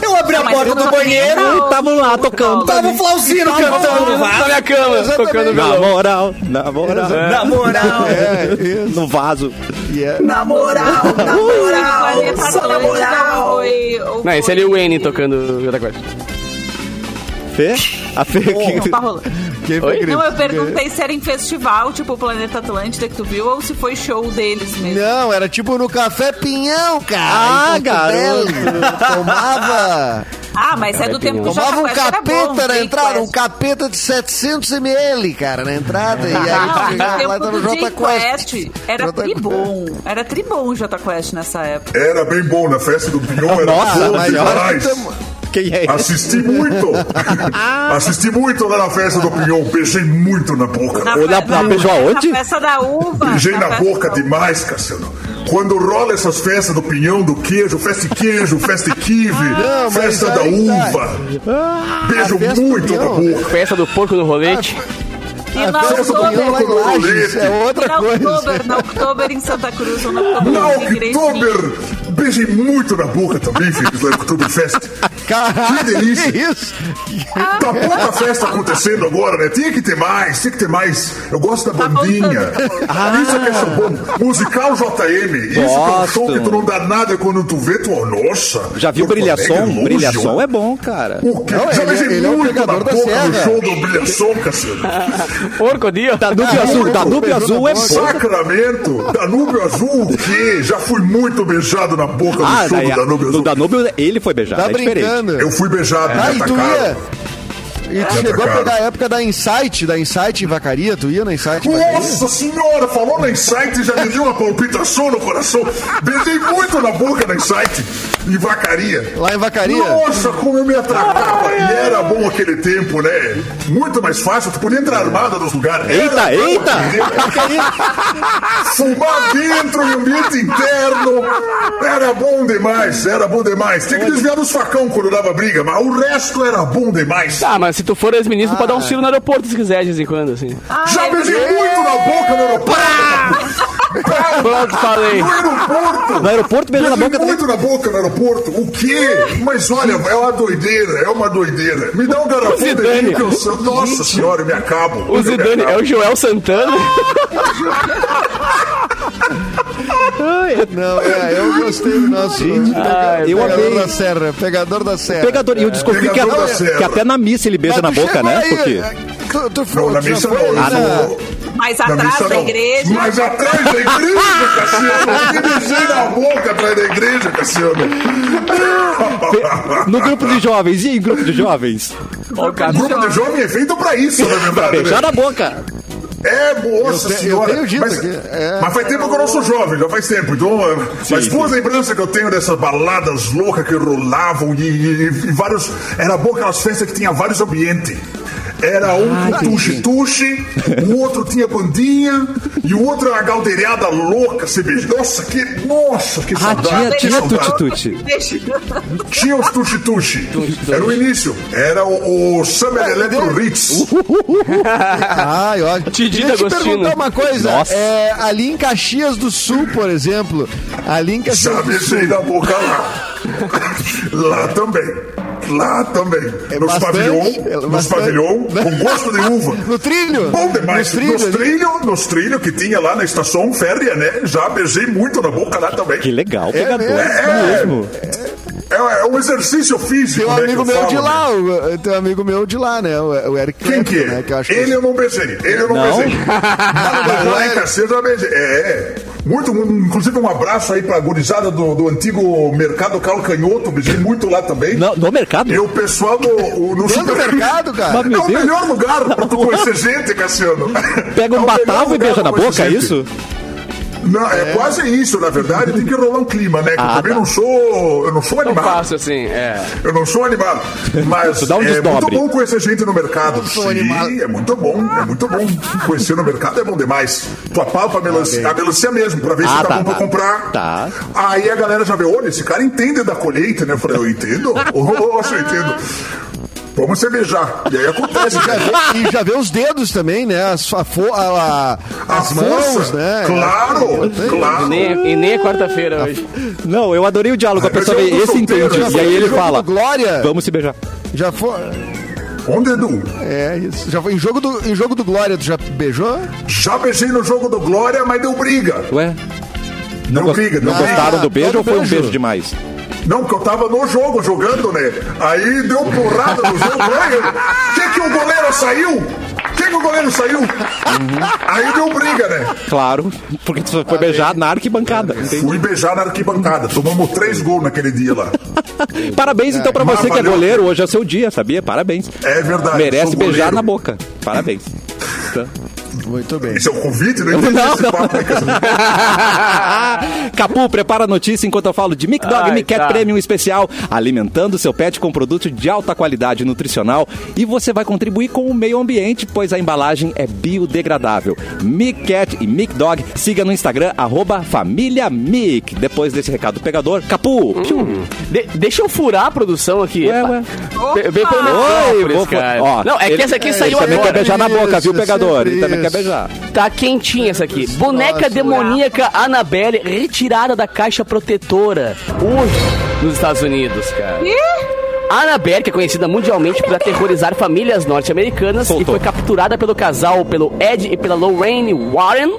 [SPEAKER 8] Eu abri a
[SPEAKER 5] Não, mas
[SPEAKER 8] porta
[SPEAKER 5] eu
[SPEAKER 8] do
[SPEAKER 5] não-
[SPEAKER 8] banheiro,
[SPEAKER 1] Eu tava lá tocando.
[SPEAKER 3] é
[SPEAKER 8] tava o
[SPEAKER 3] Tá
[SPEAKER 8] Flauzino
[SPEAKER 3] né?
[SPEAKER 8] cantando.
[SPEAKER 7] Na
[SPEAKER 8] vá.
[SPEAKER 7] minha cama,
[SPEAKER 3] Exatamente.
[SPEAKER 1] Na
[SPEAKER 7] tocando violão.
[SPEAKER 1] moral, na moral.
[SPEAKER 8] Na moral,
[SPEAKER 3] é, isso.
[SPEAKER 1] No vaso.
[SPEAKER 3] E é-
[SPEAKER 8] na moral, na moral,
[SPEAKER 5] Guarda
[SPEAKER 8] só na
[SPEAKER 5] Atlântida
[SPEAKER 8] moral.
[SPEAKER 5] foi- ou
[SPEAKER 7] Não, esse
[SPEAKER 5] foi-
[SPEAKER 7] ali é o Wayne tocando outra coisa.
[SPEAKER 1] Fê? A Fê que-
[SPEAKER 5] Não, tá rolando.
[SPEAKER 3] Quem foi, Cris?
[SPEAKER 5] Não, eu perguntei se era em festival, tipo o Planeta Atlântida que tu viu, ou se foi show deles mesmo.
[SPEAKER 3] Não, era tipo no Café Pinhão, cara.
[SPEAKER 1] Ah,
[SPEAKER 3] em Porto Belo. Tomava,
[SPEAKER 5] Ah, mas é do tempo que o
[SPEAKER 3] tomava um
[SPEAKER 5] Jota Quest era bom,
[SPEAKER 3] capeta na
[SPEAKER 5] Jay
[SPEAKER 3] entrada, um
[SPEAKER 5] Quest.
[SPEAKER 3] capeta de 700ml, cara, na entrada. E
[SPEAKER 5] Ah,
[SPEAKER 3] aí
[SPEAKER 5] no
[SPEAKER 3] chegava lá,
[SPEAKER 5] tempo
[SPEAKER 3] tava o
[SPEAKER 5] do Jay
[SPEAKER 3] Jota Quest.
[SPEAKER 5] Quest, era
[SPEAKER 3] Jota
[SPEAKER 5] tribom. Era tribom o Jota Quest nessa época.
[SPEAKER 9] Era bem bom na festa do Pinhão, era
[SPEAKER 1] Nossa,
[SPEAKER 9] show de
[SPEAKER 1] mas
[SPEAKER 3] olha
[SPEAKER 9] demais.
[SPEAKER 3] que tamo-
[SPEAKER 1] Quem é esse?
[SPEAKER 9] Assisti muito. Assisti muito lá na festa do Pinhão. Beijei muito na boca.
[SPEAKER 5] Na,
[SPEAKER 1] Ou na- na beijou aonde?
[SPEAKER 5] Na festa da uva.
[SPEAKER 9] Beijei na
[SPEAKER 5] festa
[SPEAKER 9] boca
[SPEAKER 5] da uva.
[SPEAKER 9] demais, Cassiano. Quando rola essas festas do pinhão, do queijo, festa de queijo, festa de quive,
[SPEAKER 3] Não, Ah, mas
[SPEAKER 9] festa da
[SPEAKER 3] aí tá.
[SPEAKER 9] uva. Beijo
[SPEAKER 3] a festa do
[SPEAKER 9] muito na
[SPEAKER 3] Pinhão,
[SPEAKER 9] boca.
[SPEAKER 7] Festa do porco no rolete.
[SPEAKER 5] E na
[SPEAKER 3] Festa do Pinhão lá em
[SPEAKER 5] Oktober.
[SPEAKER 3] Lages, é
[SPEAKER 5] E
[SPEAKER 3] outra
[SPEAKER 5] na
[SPEAKER 3] coisa.
[SPEAKER 5] Oktober, na Oktober em Santa Cruz, ou na Oktober
[SPEAKER 9] Na
[SPEAKER 5] em Igreja.
[SPEAKER 9] Oktober, beijei muito na boca também, filhos, né? na Oktoberfest.
[SPEAKER 3] Caralho,
[SPEAKER 9] Que delícia.
[SPEAKER 3] que isso?
[SPEAKER 9] Tá pouca festa acontecendo agora, né? Tinha que ter mais, tinha que ter mais. Eu gosto da
[SPEAKER 5] Tá
[SPEAKER 9] bandinha.
[SPEAKER 5] voltando.
[SPEAKER 3] Ah.
[SPEAKER 9] Isso é que é show bom. Musical JM. Isso que é um
[SPEAKER 1] Gosto.
[SPEAKER 9] show que tu não dá nada quando tu vê, tu, oh, nossa.
[SPEAKER 1] Já viu
[SPEAKER 9] Porto Alegre,
[SPEAKER 1] brilhação?
[SPEAKER 9] longe,
[SPEAKER 1] Brilhação
[SPEAKER 9] ó.
[SPEAKER 1] é bom, cara.
[SPEAKER 9] O quê?
[SPEAKER 3] Não,
[SPEAKER 9] Já
[SPEAKER 3] ele-
[SPEAKER 9] beijei
[SPEAKER 3] ele é o
[SPEAKER 9] muito na
[SPEAKER 3] pegador da
[SPEAKER 9] boca no
[SPEAKER 3] serra. Ah,
[SPEAKER 9] show do brilhação, Cassiano.
[SPEAKER 7] Porco ali, ó.
[SPEAKER 1] Danúbio Azul, Danúbio Azul é bom.
[SPEAKER 9] Sacramento, Danúbio Azul, o quê? Já fui muito beijado na boca no
[SPEAKER 1] Ah,
[SPEAKER 9] show
[SPEAKER 1] daí,
[SPEAKER 9] do Danúbio
[SPEAKER 1] no
[SPEAKER 9] Azul.
[SPEAKER 1] Danúbio ele foi beijado,
[SPEAKER 3] Tá
[SPEAKER 1] é diferente.
[SPEAKER 3] brincando.
[SPEAKER 9] Eu fui beijado,
[SPEAKER 3] Ah,
[SPEAKER 9] me
[SPEAKER 3] e tu
[SPEAKER 9] atacaram.
[SPEAKER 3] ia? E tu
[SPEAKER 9] É,
[SPEAKER 3] chegou a
[SPEAKER 9] cara.
[SPEAKER 3] pegar a época da Insight, da Insight em Vacaria, tu ia na Insight? em Vacaria?
[SPEAKER 9] Nossa senhora, falou na Insight e já me deu uma palpitação no coração. Beijei muito na boca na Insight e vacaria.
[SPEAKER 3] Lá em Vacaria? Ah!
[SPEAKER 9] Nossa, como eu me atracava. E era bom aquele tempo, né? Muito mais fácil, tu podia entrar armada nos lugares.
[SPEAKER 1] Eita,
[SPEAKER 9] Era-
[SPEAKER 1] eita!
[SPEAKER 9] Fumar dentro e ambiente interno. Era bom demais, era bom demais. Tinha que desviar dos facão quando dava briga, mas o resto era bom demais.
[SPEAKER 7] Tá, mas se tu for ex-ministro, pode dar um tiro no aeroporto se quiser, de vez em quando, assim.
[SPEAKER 9] Já beijei muito na boca no aeroporto.
[SPEAKER 7] Pronto, falei.
[SPEAKER 9] No aeroporto.
[SPEAKER 1] No aeroporto beijou na
[SPEAKER 9] Beijei
[SPEAKER 1] boca também.
[SPEAKER 9] muito na boca no aeroporto. O quê? Mas olha, é uma doideira, é uma doideira. Me dá um garrafão de
[SPEAKER 7] Zidane.
[SPEAKER 9] vinho que eu sou- Nossa senhora, eu me acabo.
[SPEAKER 7] O Zidane é o Joel Santana.
[SPEAKER 3] Não, é, eu gostei do nosso.
[SPEAKER 7] Ai,
[SPEAKER 1] Ah, eu
[SPEAKER 3] pegador
[SPEAKER 1] amei.
[SPEAKER 3] da serra, pegador da serra.
[SPEAKER 1] Pegador, e eu descobri que,
[SPEAKER 9] Pegador
[SPEAKER 1] a-
[SPEAKER 9] da serra.
[SPEAKER 1] que até na missa ele beija
[SPEAKER 3] Mas
[SPEAKER 1] na
[SPEAKER 3] tu
[SPEAKER 1] boca,
[SPEAKER 3] chegou
[SPEAKER 1] né?
[SPEAKER 3] aí,
[SPEAKER 1] Porque
[SPEAKER 3] é, Tu, tu foi,
[SPEAKER 9] Não, na
[SPEAKER 3] tu
[SPEAKER 9] missa
[SPEAKER 3] já
[SPEAKER 9] não.
[SPEAKER 3] foi
[SPEAKER 9] eu
[SPEAKER 3] na-
[SPEAKER 9] não.
[SPEAKER 5] Mas
[SPEAKER 9] Na
[SPEAKER 5] atrás
[SPEAKER 9] missa
[SPEAKER 5] da
[SPEAKER 9] não.
[SPEAKER 5] igreja.
[SPEAKER 9] Mas é atrás da igreja, Cassiano. Eu me beijei na boca atrás da igreja, Cassiano.
[SPEAKER 1] no grupo de jovens, e em grupo de jovens?
[SPEAKER 7] Ó, o cara.
[SPEAKER 9] Grupo de jovem é feito pra isso, na verdade. né?
[SPEAKER 1] Beijar na boca.
[SPEAKER 9] É, moça
[SPEAKER 3] Eu te- eu
[SPEAKER 9] senhora.
[SPEAKER 3] tenho dito
[SPEAKER 9] mas,
[SPEAKER 3] que é-
[SPEAKER 9] mas faz tempo que eu não sou jovem, já faz tempo. Então, é,
[SPEAKER 1] Sim,
[SPEAKER 9] mas boas
[SPEAKER 1] sim.
[SPEAKER 9] lembranças que eu tenho dessas baladas loucas que rolavam e, e- e vários. Era boa aquelas festas que tinha vários ambientes. Era um
[SPEAKER 3] Ah,
[SPEAKER 9] com tuxi-tuxi, o outro tinha bandinha e o outro era uma galdeirada louca. Se beij- Nossa, que. Nossa,
[SPEAKER 3] Ah,
[SPEAKER 9] que saudade.
[SPEAKER 5] é
[SPEAKER 1] tinha-
[SPEAKER 9] que
[SPEAKER 1] tinha
[SPEAKER 9] saudade.
[SPEAKER 1] tuxi-tuxi. Tuti.
[SPEAKER 9] Tinha os tuxi-tuxi. Era o início. Era o, o Summer
[SPEAKER 3] É, né?
[SPEAKER 9] Electro
[SPEAKER 3] Uh,
[SPEAKER 9] Ritz.
[SPEAKER 3] Ai, ó.
[SPEAKER 7] Didi
[SPEAKER 3] Deixa Ah, eu te
[SPEAKER 7] D'Agostino.
[SPEAKER 3] perguntar uma coisa.
[SPEAKER 1] Nossa.
[SPEAKER 3] É, ali em Caxias do Sul, por exemplo. Ali em Caxias
[SPEAKER 9] Já
[SPEAKER 3] do
[SPEAKER 9] beijei
[SPEAKER 3] Sul.
[SPEAKER 9] na boca lá. lá também. Lá também. nos
[SPEAKER 3] É bastante,
[SPEAKER 9] pavilhão,
[SPEAKER 3] é
[SPEAKER 9] nos
[SPEAKER 3] bastante.
[SPEAKER 9] pavilhão, com gosto de uva.
[SPEAKER 3] No trilho?
[SPEAKER 9] Bom demais.
[SPEAKER 3] No trilho,
[SPEAKER 9] nos
[SPEAKER 3] ali.
[SPEAKER 9] trilho, nos trilho que tinha lá na estação férrea, né? Já beijei muito na boca lá também.
[SPEAKER 1] Que legal, pegador.
[SPEAKER 3] mesmo?
[SPEAKER 1] É mesmo.
[SPEAKER 9] É, é um exercício físico.
[SPEAKER 3] Tem um
[SPEAKER 9] né, que
[SPEAKER 3] amigo
[SPEAKER 9] eu
[SPEAKER 3] meu
[SPEAKER 9] falo,
[SPEAKER 3] de
[SPEAKER 9] né?
[SPEAKER 3] lá, o, tem um amigo meu de lá, né? O, o Eric
[SPEAKER 9] Quem que
[SPEAKER 3] Clapton,
[SPEAKER 9] é?
[SPEAKER 3] né? Que eu acho que-
[SPEAKER 9] ele eu não beijei. Ele eu não,
[SPEAKER 1] Não?
[SPEAKER 9] beijei. Mas lá em Cacete eu já beijei. É, é. Muito, um- inclusive um abraço aí pra gurizada do, do antigo mercado Carl Canhoto, beijei muito lá também.
[SPEAKER 1] Não, no mercado?
[SPEAKER 9] E o pessoal do, o, no
[SPEAKER 3] Dentro do mercado, cara.
[SPEAKER 9] É
[SPEAKER 1] Mas, meu
[SPEAKER 9] o
[SPEAKER 1] Deus.
[SPEAKER 9] melhor lugar pra tu conhecer gente, Cassiano.
[SPEAKER 1] Pega
[SPEAKER 9] É
[SPEAKER 1] um
[SPEAKER 9] o melhor
[SPEAKER 1] batavo e
[SPEAKER 9] lugar
[SPEAKER 1] beija
[SPEAKER 9] pra
[SPEAKER 1] na boca,
[SPEAKER 9] conhecer
[SPEAKER 1] é
[SPEAKER 9] gente.
[SPEAKER 1] isso?
[SPEAKER 9] Não, é, quase isso, na verdade. Tem que rolar um clima, né? Que
[SPEAKER 1] Ah,
[SPEAKER 9] eu também
[SPEAKER 1] tá.
[SPEAKER 9] não sou. Eu não sou
[SPEAKER 7] Não
[SPEAKER 9] animado.
[SPEAKER 7] faço assim, é.
[SPEAKER 9] Eu não sou animado. Mas
[SPEAKER 1] Tu dá um
[SPEAKER 9] é muito
[SPEAKER 1] desdobre.
[SPEAKER 9] bom conhecer gente no mercado.
[SPEAKER 3] sou
[SPEAKER 9] Sim,
[SPEAKER 3] animado.
[SPEAKER 9] é muito bom. É muito bom. Conhecer no mercado é bom demais. Tu apalpa a melancia, a melancia mesmo, pra ver
[SPEAKER 1] Ah,
[SPEAKER 9] se tá,
[SPEAKER 1] tá,
[SPEAKER 9] bom pra
[SPEAKER 1] tá.
[SPEAKER 9] comprar.
[SPEAKER 1] Tá.
[SPEAKER 9] Aí a galera já vê, olha, esse cara entende da colheita, né? Eu falei, eu entendo. Nossa, eu entendo. Vamos cervejar. E aí acontece, né?
[SPEAKER 3] Já
[SPEAKER 9] cara.
[SPEAKER 3] vê- e já vê os dedos também, né? As, a fo- a- a-
[SPEAKER 9] A
[SPEAKER 3] as mãos,
[SPEAKER 9] força.
[SPEAKER 1] É.
[SPEAKER 3] né?
[SPEAKER 9] Claro,
[SPEAKER 7] E
[SPEAKER 9] claro.
[SPEAKER 7] nem, e nem é quarta-feira hoje.
[SPEAKER 1] Não, eu adorei o diálogo. A pessoa vem,
[SPEAKER 9] eu tô
[SPEAKER 1] esse
[SPEAKER 9] solteiro,
[SPEAKER 1] entende.
[SPEAKER 9] eu
[SPEAKER 1] E
[SPEAKER 9] sou
[SPEAKER 1] aí ele
[SPEAKER 3] jogo
[SPEAKER 1] fala,
[SPEAKER 3] do Glória.
[SPEAKER 9] É.
[SPEAKER 1] vamos se beijar.
[SPEAKER 3] Já foi.
[SPEAKER 9] Onde, Edu?
[SPEAKER 3] É isso. Já foi em jogo do, em jogo do Glória, tu já beijou?
[SPEAKER 9] Já beijei no jogo do Glória, mas deu briga.
[SPEAKER 1] Ué?
[SPEAKER 9] Deu briga, deu
[SPEAKER 1] Não
[SPEAKER 9] briga.
[SPEAKER 1] gostaram do beijo
[SPEAKER 3] todo
[SPEAKER 1] ou foi um
[SPEAKER 3] beijo.
[SPEAKER 1] beijo demais?
[SPEAKER 9] Não, porque eu tava no jogo jogando, né? Aí deu porrada no jogo. O que que o goleiro saiu? Que que o goleiro saiu?
[SPEAKER 1] Uhum.
[SPEAKER 9] Aí deu briga, né?
[SPEAKER 1] Claro, porque tu
[SPEAKER 9] Ah,
[SPEAKER 1] foi
[SPEAKER 9] é.
[SPEAKER 1] beijar na arquibancada. entende?
[SPEAKER 9] Fui beijar na arquibancada. Tomamos três gols naquele dia lá.
[SPEAKER 1] Parabéns então pra
[SPEAKER 9] Mas
[SPEAKER 1] você que é
[SPEAKER 9] É, valeu.
[SPEAKER 1] goleiro, hoje é o seu dia, sabia? Parabéns.
[SPEAKER 9] É verdade.
[SPEAKER 1] Merece
[SPEAKER 9] sou
[SPEAKER 1] beijar
[SPEAKER 9] goleiro.
[SPEAKER 1] na boca. Parabéns.
[SPEAKER 3] Muito bem.
[SPEAKER 9] Isso é um convite, né?
[SPEAKER 1] Não,
[SPEAKER 9] Esse
[SPEAKER 1] não.
[SPEAKER 9] papo, né, cara?
[SPEAKER 1] Capu, prepara a notícia enquanto eu falo de Mic Dog
[SPEAKER 7] Ai,
[SPEAKER 1] Mic Cat
[SPEAKER 7] tá.
[SPEAKER 1] Premium especial, alimentando seu pet com produto de alta qualidade nutricional e você vai contribuir com o meio ambiente, pois a embalagem é biodegradável. Mic Cat e Mic Dog, siga no Instagram, arroba família Mic. Depois desse recado pegador, Capu,
[SPEAKER 7] Hum,
[SPEAKER 1] piu.
[SPEAKER 7] De- deixa eu furar a produção aqui.
[SPEAKER 1] Ué, ué.
[SPEAKER 7] Be- Bem pelo
[SPEAKER 1] Oi,
[SPEAKER 7] menos.
[SPEAKER 1] vou-
[SPEAKER 7] cara.
[SPEAKER 1] ó,
[SPEAKER 7] Não, é
[SPEAKER 1] ele-
[SPEAKER 7] que essa aqui
[SPEAKER 1] ele
[SPEAKER 7] saiu
[SPEAKER 1] também
[SPEAKER 7] agora.
[SPEAKER 1] quer beijar na boca, viu,
[SPEAKER 3] Isso,
[SPEAKER 1] pegador? Ele
[SPEAKER 3] sempre
[SPEAKER 1] também quer
[SPEAKER 3] isso.
[SPEAKER 1] beijar.
[SPEAKER 7] Tá quentinha essa aqui. Boneca demoníaca Annabelle retirada da caixa protetora. Hoje, nos Estados Unidos, cara. A Annabelle, que é conhecida mundialmente por aterrorizar famílias norte-americanas e
[SPEAKER 1] Soltou.
[SPEAKER 7] foi capturada pelo casal, pelo Ed e pela Lorraine Warren,